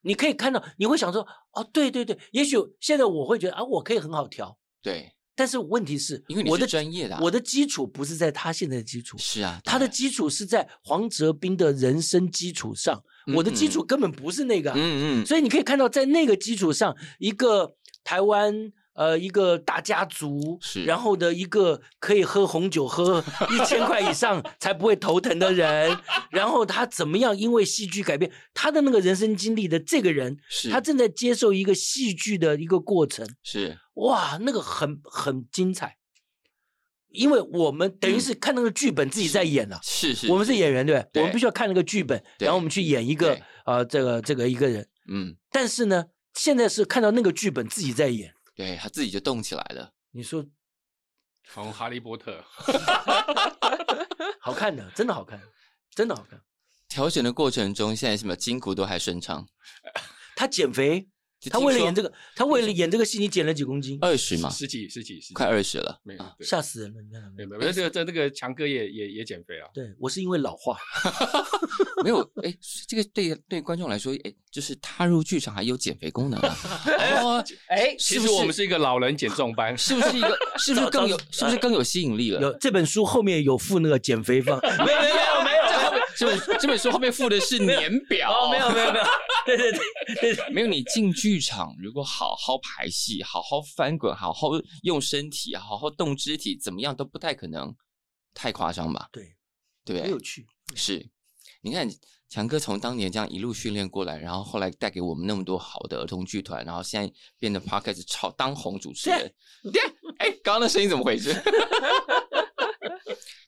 你可以看到，你会想说，哦，对对对，也许现在我会觉得啊，我可以很好调，
对，
但是问题是，
因为你
我
是
的
专业的啊
我的基础不是在他现在的基础，
是啊，
他的
对
基础是在黄泽斌的人生基础上，我的基
嗯
础根本不是那个啊、
嗯嗯，
所以你可以看到，在那个基础上，一个台湾。呃，一个大家族
是，
然后的一个可以喝红酒喝一千块以上才不会头疼的人，然后他怎么样因为戏剧改变他的那个人生经历的这个人，
是
他正在接受一个戏剧的一个过程，
是
哇，那个很很精彩，因为我们等于是看那个剧本自己在演了、
是嗯是，
我们是演员对不对？我
对
们必须要看那个剧本，
对
然后我们去演一个
对
呃这个这个一个人，
嗯，
但是呢，现在是看到那个剧本自己在演，
对他自己就动起来了，
你说
从《哈利波特》
好看的，真的好看，真的好看。
调整的过程中，现在什么筋骨都还顺畅。
他减肥，他为了演这个，他为了演这个戏，你减了几公斤？
二十嘛，
十几十几十几，
快二十了，
没有对
吓死人了！你看到没
没
有？
有没有，这个这这个强哥也也也减肥啊，
对我是因为老化，
没有哎，这个对对观众来说，哎，就是踏入剧场还有减肥功能啊，哦，
哎，
其
是不
实
是
我们是一个老人减重 班，
是不是一个是不是更有是不是更有吸引力了？
有这本书后面有附那个减肥方，啊 没有没有没有
这后面这本这本书后面附的是年表，
哦，没有没有 没有， 对对对对对，
没有，你进剧场如果好好排戏，好好翻滚，好好用身体，好好动肢体，怎么样都不太可能，太夸张吧？
对
对
很
不
有
对？
趣。
是，你看强哥从当年这样一路训练过来，然后后来带给我们那么多好的儿童剧团，然后现在变得 podcast 超当红主持人。对，哎，刚刚那声音怎么回事？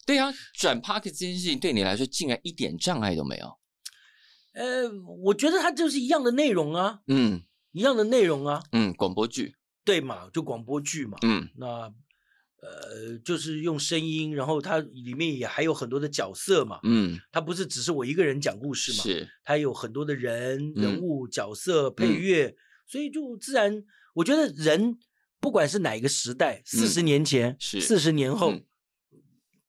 对啊，转 podcast 这件事情对你来说竟然一点障碍都没有。
呃，我觉得它就是一样的内容啊，
嗯
一样的内容啊，
嗯，广播剧，
对嘛，就广播剧嘛，
嗯
那呃，就是用声音，然后它里面也还有很多的角色嘛，
嗯，
它不是只是我一个人讲故事嘛，
是
它有很多的人、
嗯
人物、角色、配
嗯
乐，所以就自然，我觉得人不管是哪一个时代，四十年前、
嗯是
四十年后，
嗯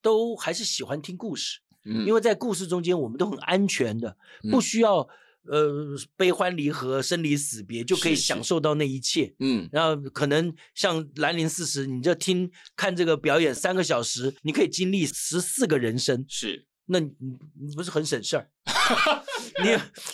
都还是喜欢听故事，
嗯，
因为在故事中间我们都很安全的，
嗯
不需要呃悲欢离合、生离死别，就可以
是是
享受到那一切。
嗯
然后可能像兰陵四十，你这听看这个表演三个小时，你可以经历十四个人生，
是。
那你你你不是很省事 儿？你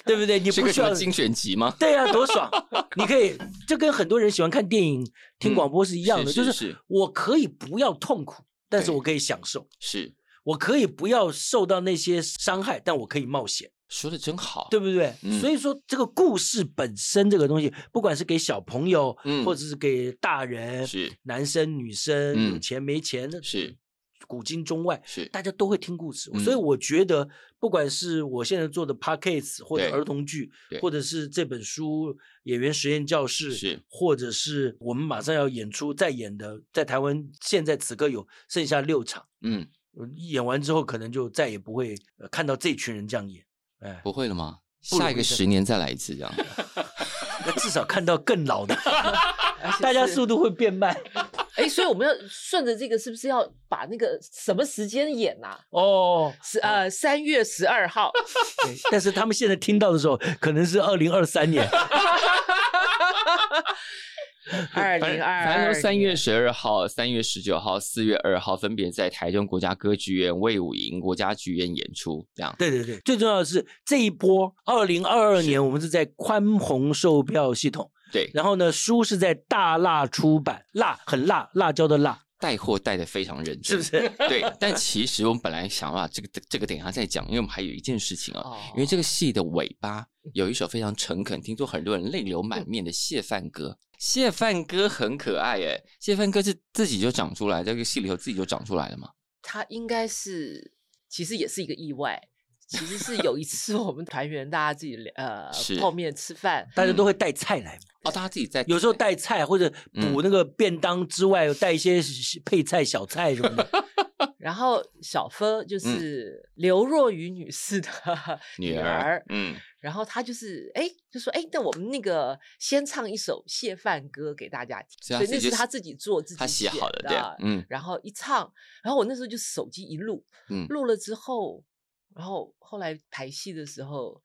对不对？你
是
不
个
需
什
要
么精选集吗？
对呀、多爽！你可以，这跟很多人喜欢看电影、听
嗯
广播是一样的，
是
就是是
是
我可以不要痛苦，但是
对
我可以享受；
是，
我可以不要受到那些伤害，但我可以冒险。
说的真好。
对，不对？
嗯
所以说，这个故事本身这个东西，不管是给小朋友，
嗯
或者是给大人，
是
男生女生、
嗯
有钱没钱的，
是
古今中外，
是，
大家都会听故事。
嗯
所以我觉得，不管是我现在做的 podcast 或者
对
儿童剧
对，
或者是这本书《演员实验教室》，
是
或者是我们马上要演出再演的，在台湾现在此刻有剩下六场，
嗯，
呃演完之后可能就再也不会呃看到这群人这样演。哎，
不会了吗？
不容
下一
易
个
真的
十年再来一次，这样
那至少看到更老 的，
而且
大家
是
速度会变慢。
哎，所以我们要顺着这个，是不是要把那个什么时间演呐、啊？
哦，
是呃，三月十二号，
对但是他们现在听到的时候，可能是二零二三年。
二
反
零
正
二
反正
二
都三月十二号、三月十九号、四月二号分别在台中国家歌剧院、魏武营国家剧院演出，这样
对对对，最重要的是这一波二零二二年，我们是在宽宏售票系统，
对，
然后呢，书是在大辣出版，辣很辣，辣椒的辣，
带货带的非常认真，
是不？是？
对，但其实我们本来想啊，这个这个等一下再讲，因为我们还有一件事情啊，
哦嗯
因为这个戏的尾巴有一首非常诚恳，听说很多人泪流满面的谢范歌。谢范歌很可爱耶，谢范歌是自己就长出来，在这个戏里头自己就长出来了嘛。
他应该是，其实也是一个意外。其实是有一次我们团员大家自己聊呃
是
泡面吃 饭，
大家都会带菜来，
哦，大家自己在
有时候带菜或者补那个便当之外，带一些配菜、小菜什么的。
然后小芬
嗯
就是刘若雨女士的
女
儿
儿，，嗯，
然后她就是哎就说哎，那我们那个先唱一首谢饭歌给大家听，
啊所以
所
她自己
以那是
就
她自己做自己
她写好的
的，啊
对，嗯
然后一唱，然后我那时候就手机一录，
嗯，
录了之后，然后后来排戏的时候，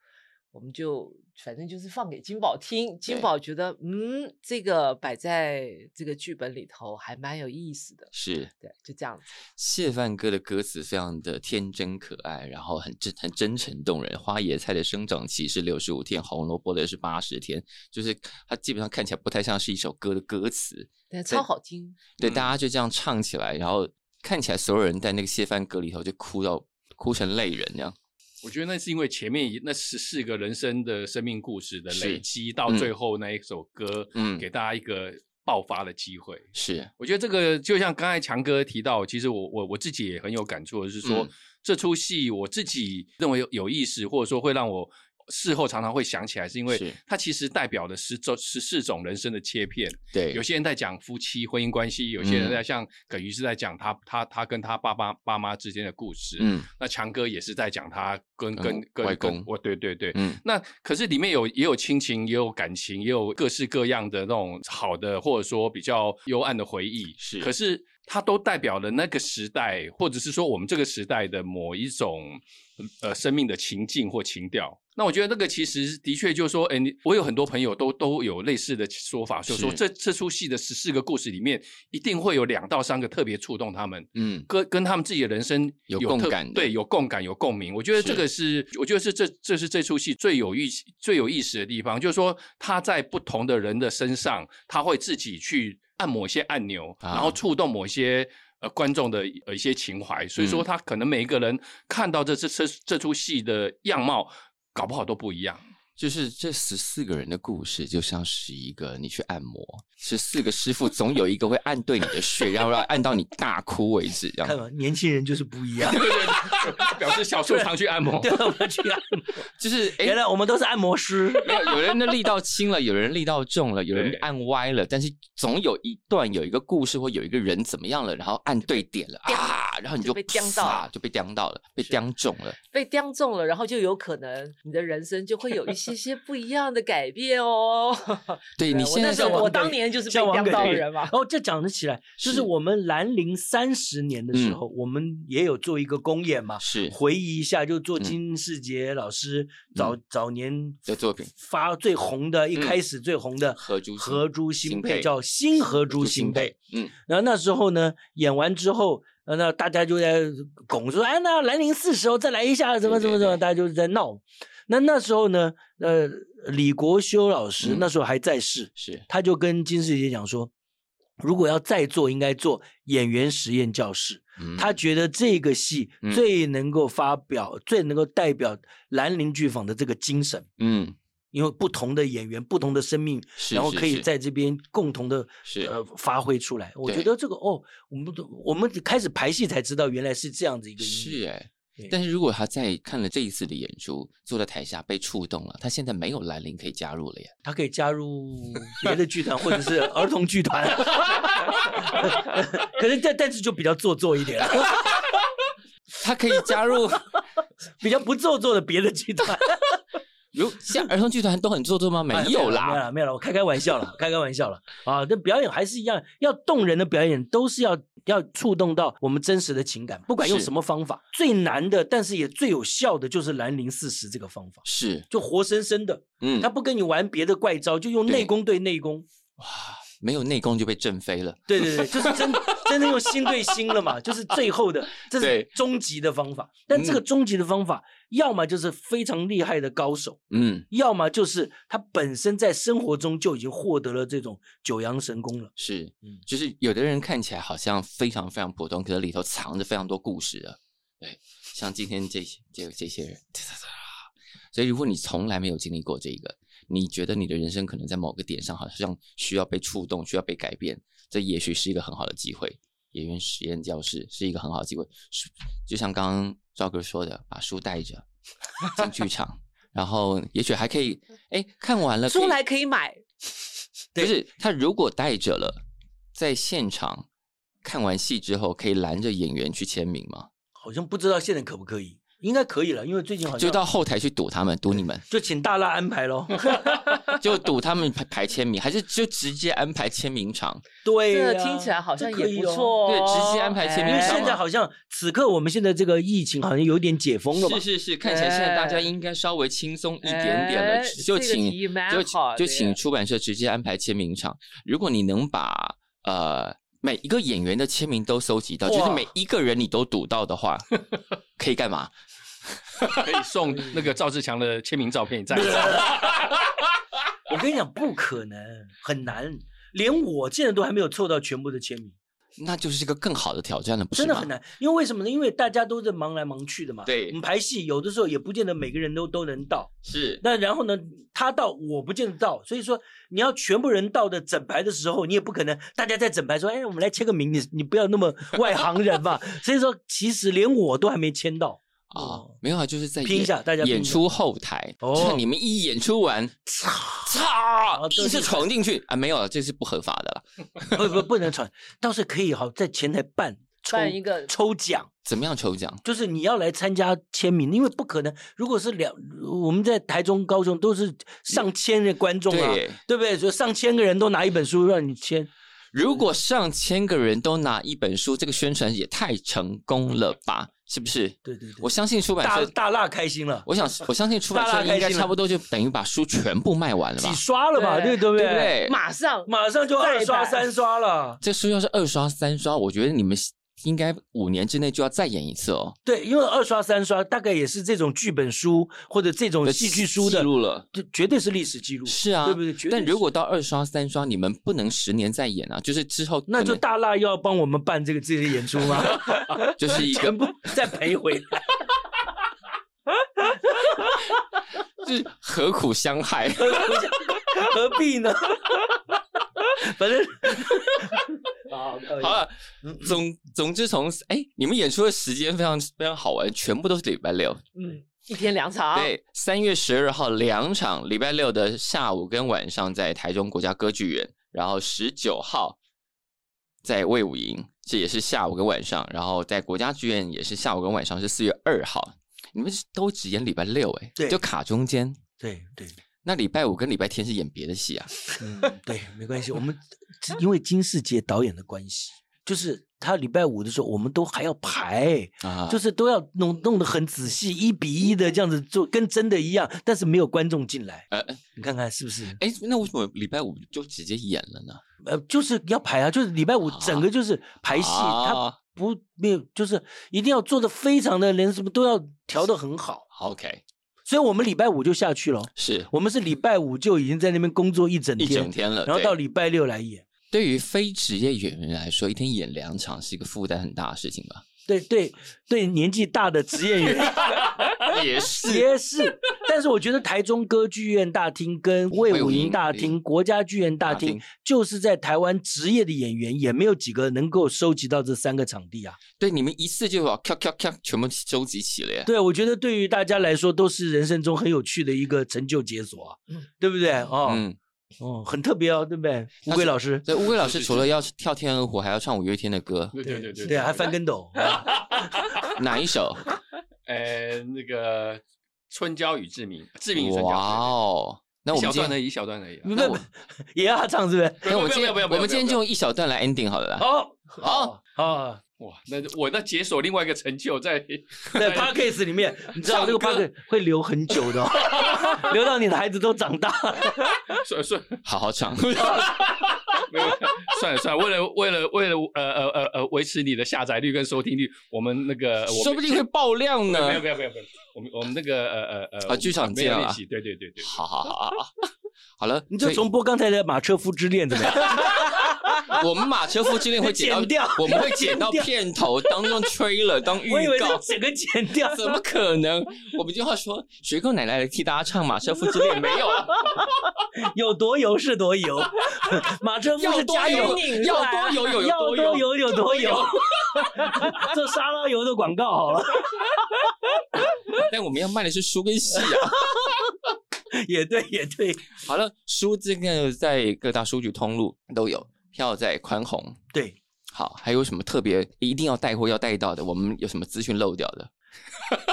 我们就反正就是放给金宝听，金宝觉得嗯，这个摆在这个剧本里头还蛮有意思的，
是
对，就这样子。
谢范哥的歌词非常的天真可爱，然后很真很真诚动人。花椰菜的生长期是六十五天，红萝卜的是八十天，就是它基本上看起来不太像是一首歌的歌词。
但超好听，
对，
嗯
大家就这样唱起来，然后看起来所有人在那个谢范歌里头就哭到哭成泪人这样。
我觉得那是因为前面一那十四个人生的生命故事的
是
累积，
嗯
到最后那一首歌，
嗯
嗯，给大家一个爆发的机会。
是，
我觉得这个就像刚才强哥提到，其实我我我自己也很有感触，就是说、
嗯
这出戏我自己认为有有意思，或者说会让我事后常常会想起来，是因
是
为它其实代表了十种十四种人生的切片。
对，嗯
有些人在讲夫妻婚姻关系，有些人在像耿于是在讲他他他跟他爸爸爸妈之间的故事。
嗯
那强哥也是在讲他跟
跟
跟跟
外
跟
公
我对对对，
嗯
那可是里面有也有亲情，也有感情，也有各式各样的那种好的，或者说比较幽暗的回忆。
是
可是它都代表了那个时代，或者是说我们这个时代的某一种呃生命的情境或情调。那我觉得那个其实的确就是说，哎，你我有很多朋友都 都有类似的说法，就是说
是
这这出戏的十四个故事里面，一定会有两到三个特别触动他们。
嗯，
跟跟他们自己的人生
有
特
共感的
对，有共感，有共鸣。我觉得这个是，我觉得是这这是这出戏最有意最有意思的地方，就是说他在不同的人的身上，他会自己去按某些按钮，
啊
然后触动某些。呃，观众的呃一些情怀，所以说
嗯
他可能每一个人看到这这这这出戏的样貌，搞不好都不一样。
就是这十四个人的故事，就像是一个你去按摩，十四个师傅总有一个会按对你的穴，然后让按到你大哭为止，这
看
样。
吧，年轻人就是不一样。
对对对，表示小树常去按摩
对，。我们去按摩，
就是哎
原，来我们都是按摩师。
没有有人的力道轻了，有人力道重了，有人
对
按歪了，但是总有一段有一个故事或有一个人怎么样了，然后按对点了啊，然后你
就
就
被刁到
啪
了
就被刁到了，被
是
刁中了。
被刁中了，然后就有可能你的人生就会有一些些不一样的改变哦。
对你
我
现
那
在
时
是
候
像
我
王
当
耿
年就是被
像王
刁
耿
到的
于
人 嘛。
哦，这讲得起来，就是
是
我们兰陵三十年的时候，我们也有做一个公演嘛，
是
回忆一下，就做
嗯
金世杰老师早、早年
的作品
发最红的，一
嗯
开始最红的
合珠
合珠
新
新
配
配叫《新合珠新
新
配》。，
嗯，
然后那时候呢，演完之后，呃，那大家就在拱说，哎，那兰陵四十哦，再来一下，怎么
对
怎么
对
怎么，
对
大家就是在闹。那那时候呢，呃，李国修老师、
嗯
那时候还在世，
是
他就跟金世杰讲说，如果要再做，应该做演员实验教室。
嗯
他觉得这个戏
嗯
最能够发表、最能够代表兰陵剧坊的这个精神，
嗯
因为不同的演员、不同的生命，
是，
然后
是
可以
是
在这边共同的
是
呃发挥出来。我觉
对
得这个哦，我们都我们开始排戏才知道原来是这样子一个音
是
乐。
哎
对。
但是如果他在看了这一次的演出，坐在台下被触动了，他现在没有兰陵可以加入了耶。
他可以加入 别的剧团或者是儿童剧团， 可是但但是就比较做作一点，
他可以加入，
比较不做作的别的剧团。
如像儿童剧团都很做作吗？没
哎
有
没有
啦，
啦，没有啦，我开开玩笑 了，开开玩笑了啊！这表演还是一样，要动人的表演都是要要触动到我们真实的情感，不管用
是
什么方法，最难的，但是也最有效的就是兰陵四十这个方法，
是，
就活生生的，
嗯，
他不跟你玩别的怪招，就用
对
内功对内功。
没有内功就被震飞了。
对 对对，就是真真的用心对心了 嘛，就是最后的，这是
对
终极的方法。但这个
嗯
终极的方法，要么就是非常厉害的高手，
嗯，
要么就是他本身在生活中就已经获得了这种九阳神功了。
是
嗯，
就是有的人看起来好像非常非常普通，可是里头藏着非常多故事啊。对，像今天这些这这些人，所以如果你从来没有经历过这个，你觉得你的人生可能在某个点上好像需要被触动，需要被改变，这也许是一个很好的机会。演员实验教室是一个很好的机会，是就像刚刚赵哥说的，把书带着进剧场，然后也许还可以，哎，看完了可以
出来可以买，
不是他如果带着了，在现场看完戏之后，可以拦着演员去签名吗？
好像不知道现在可不可以，应该可以了，因为最近好像
就到后台去堵他们，堵你们，
就请大辣安排 喽。
就堵他们排排签名，还是就直接安排签名场？
对呀、
这听起来好像
这可以
也不
哦
错、哦哎
对直接安排签名
因为
照
现在
嘛
好像此刻我们现在这个疫情好像有点解封了嘛
是，是是，看起来现在大家
哎
应该稍微轻松一点点了，
哎
就
这个
请
提议蛮
就
好
就
的
请
耶
出版社直接安排签名场。如果你能把呃每一个演员的签名都搜集到，就是
哇
每一个人你都堵到的 话，可以干嘛？
可以送那个赵志强的签名照片在。
我跟你讲，不可能，很难，连我现在都还没有凑到全部的签名，
那就是一个更好的挑战了，不是
真的很
吗。
难。因为为什么呢？因为大家都在忙来忙去的嘛。
对
我们排戏有的时候也不见得每个人都都能到。
是，
那然后呢，他到我不见得到，所以说你要全部人到的整排的时候，你也不可能大家在整排说，哎，我们来签个名，你你不要那 么外行人嘛。所以说，其实连我都还没签 到
啊、
哦
没有啊，就是在
拼一
演
下大家拼
演
一下
出后台，
哦
就是你们一演出完，
啊
操，
对
硬是
对对
闯进去啊，没有了，这是不合法的了。
不不不能传，倒是可以好在前台办抽
办一个
抽奖，
怎么样抽奖？
就是你要来参加签名，因为不可能，如果是两我们在台中、高中都是上千的观众啊，
对
对不对？所以上千个人都拿一本书让你签，
如果上千个人都拿一本书，这个宣传也太成功了吧？是不是？
对对对，
我相信出版
大
社，
大辣开心了，
我 想我相信出版
大
社
大开心
应该
了
差不多就等于把书全部卖完了吧
几？刷了吧？对
对
对不
对不对？
马上
马上就
再
二刷
版
三刷了。
这书要是二刷三刷，我觉得你们应该五年之内就要再演一次哦。
对，因为二刷三刷大概也是这种剧本书或者这种戏剧书
记
的，
录了。
这绝对是历史记录。
是啊，
对不对？绝
但
对
如
是
果到二刷、三刷，你们不能十年再演啊，就是之后
那
可
就
能
大辣要帮我们办这个这些演出 吗？
就是一个
全部再赔回 来，
就是何苦相 害？
何必呢？ 反正 好
好了，
嗯
总总之从哎，你们演出的时间非常非常好玩，全部都是礼拜六。
嗯，一天两场，
啊
对，三月十二号两场，礼拜六的下午跟晚上在台中国家歌剧院，然后十九号在魏武营，这也是下午跟晚上，然后在国家剧院也是下午跟晚上，是四月二号。你们都只演礼拜六哎、
对
就卡中间。
对对
那礼拜五跟礼拜天是演别的戏啊？
嗯 对，没关系，我们这因为金世杰导演的关系，就是他礼拜五的时候，我们都还要排，
啊，
就是都要弄弄得很仔细，一比一的这样子做，跟真的一样，但是没有观众进来，
呃，
你看看是不是？
哎，那为什么礼拜五就直接演了呢？
呃，就是要排啊，就是礼拜五整个就是排戏，他
啊
不没有，就是一定要做的非常的，连什么都要调的很好，
，OK，
所以我们礼拜五就下去了。
是
我们是礼拜五就已经在那边工作一整
一
天，
整天了。
然后
对
到礼拜六来演。
对于非职业演员来说，一天演两场是一个负担很大的事情 吧？
对对对，年纪大的职业演员
也是，
也是，但是我觉得台中歌剧院大厅跟魏
魏武
武营
营
大
对
厅、国家剧院大
大厅
厅，就是在台湾职业的演员也没有几个能够收集到这三个场地啊。
对你们一次就把咔咔咔全部收集起了耶。
对，我觉得对于大家来说都是人生中很有趣的一个成就解锁啊，对不对？哦、
嗯，
哦，很特别哦，对不对？乌
他
龟
是
老师，
所以乌龟老师除了要跳天鹅湖，还要唱五月天的 歌，
对对对对
对，还翻跟斗，啊
哪一 首？
呃那个春娇与志明，志明与春娇。
哇哦！那
对
我
一
们
小
今
段而
天，
已，一小段而已啊。
不
那
不
我
不，也要他唱是不是？
不
那我
要
们今
不
天，
要不要！
我们今天就用一小段来 ending 好了啦。
好，
好
好，
哇，那我那解锁另外一个成就在
在 p a r k a s 里面，你知道这个 p a
唱
r k a
歌
s 会留很久的、哦， 留到你的孩子都长大。
算算
好好 唱。
没有 算了算了，为了为了为了呃呃呃呃维持你的下载率跟收听率，我们那个我们
说不定会爆量
没有
呢。
没有没有没有，我们我们那个呃呃呃
啊剧场
没有
见
练
啊
习，对对对对，
好好好好好， 好了，
你就
所以
重播刚才的马车夫之恋怎么样？
我们马车夫之恋会剪到
剪掉
我们会剪到片头当中吹了当预
我以为
告
是，整个剪掉。
怎么可能？我们就要说水狗奶奶来替大家唱马车夫之恋，没 有啊，
有多油是多油， 马车夫
要
是
多
加油
油，哎要多
啊
油有有
啊要
多
多
油。
油有多油， 做沙拉油的广告好了，
但我们要卖的是书跟戏啊。
也对也对
好了，书这个在各大书局通路都有，票在宽宏。
对，
好，还有什么特别一定要带货要带到的？我们有什么资讯漏掉的？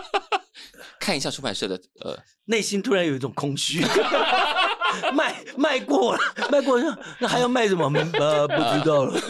看一下出版社的呃，
内心突然有一种空虚。 卖卖过了，卖过了，那还要卖什么？呃，不知道了。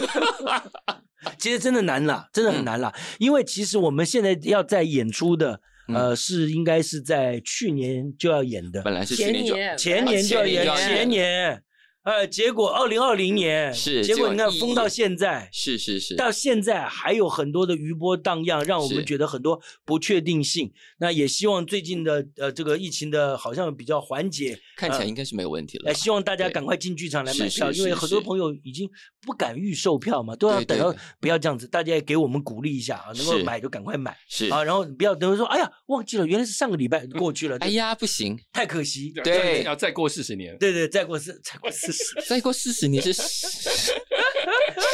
其实真的难啦，真的很难啦，因为其实我们现在要在演出的，呃，是应该是在去年就要演的，
嗯本来是去
前
年就
年
前
年
年就要
前年
演
就要，演
前年，呃，结果二零二零年
是
结果你看
结果
封到现在，
是是是，
到现在还有很多的余波荡漾，让我
是
们觉得很多不确定性。那也希望最近的呃这个疫情的好像比较缓解，
看起来应该是没有问题了
呃，
吧。
希望大家
对
赶快进剧场来
是
买
是
票，因为
是
很多
是
朋友已经不敢预售票嘛，都要
对
等
对
到
对
不要这样子，大家也给我们鼓励一下啊，能够
是
买就赶快买
是，
啊，然后不要等于说哎呀忘记了，原来是上个礼拜过去了，
哎呀，不行，
太可惜。
要
对
要再过四十年，
对对，再过四再过四十，
再过四十年 是是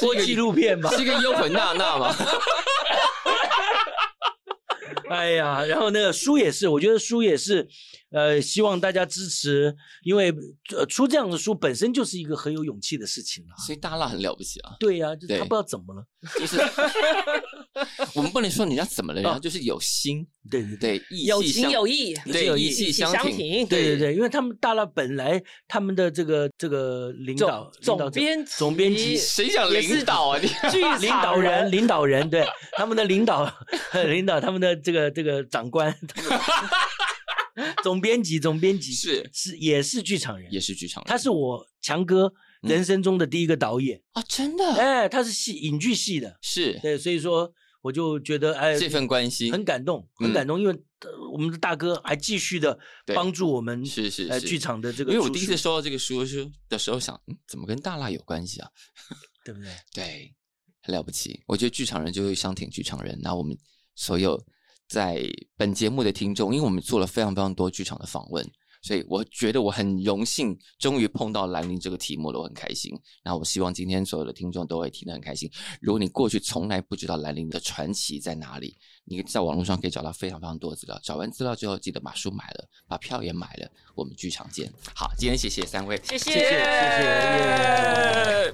播
个
纪录片吧。
是个幽魂娜娜嘛？
哎呀，然后那个书也是，我觉得书也是，呃，希望大家支持，因为呃出这样的书本身就是一个很有勇气的事情啦。
所以大辣很了不起啊，
对呀、就是
对
他不知道怎么了，
就是 我们不能说人家怎么了，人家
啊
就是有心，
对对对，
对，意
有
气
情
相
有义，
对
有
意
义
气
相
相挺，
挺，
对对对，因为他们大了本来他们的这个这个领导领导
总总
者
编
总编辑
谁想
也是
领导啊你？
剧场
领导人，领导人对他们的领导， 领导他们的这个这个长官，他们的总编辑，总编辑
是
是也是剧场人，
也是剧场人，
他是我强哥
嗯
人生中的第一个导演，
啊，真 的
哎，他是戏影剧系的，
是
对，所以说我就觉得哎，
这份关系，
很感动，很感动，因为呃我们的大哥还继续的
嗯对
帮助我们，
是是
呃
是
剧场的这
因
个，
为我第一次，收到这个书书的时候想，嗯，怎么跟大辣有关系啊？
对不对？
对，很了不起。我觉得剧场人就是相挺剧场人。那我们所有在本节目的听众，因为我们做了非常非常多剧场的访问，所以我觉得我很荣幸，终于碰到兰陵这个题目了，我很开心。那我希望今天所有的听众都会听得很开心。如果你过去从来不知道兰陵的传奇在哪里，你在网络上可以找到非常非常多的资料。找完资料之后，记得把书买了，把票也买了，我们剧场见。好，今天谢谢三位，
谢谢
谢谢谢
谢。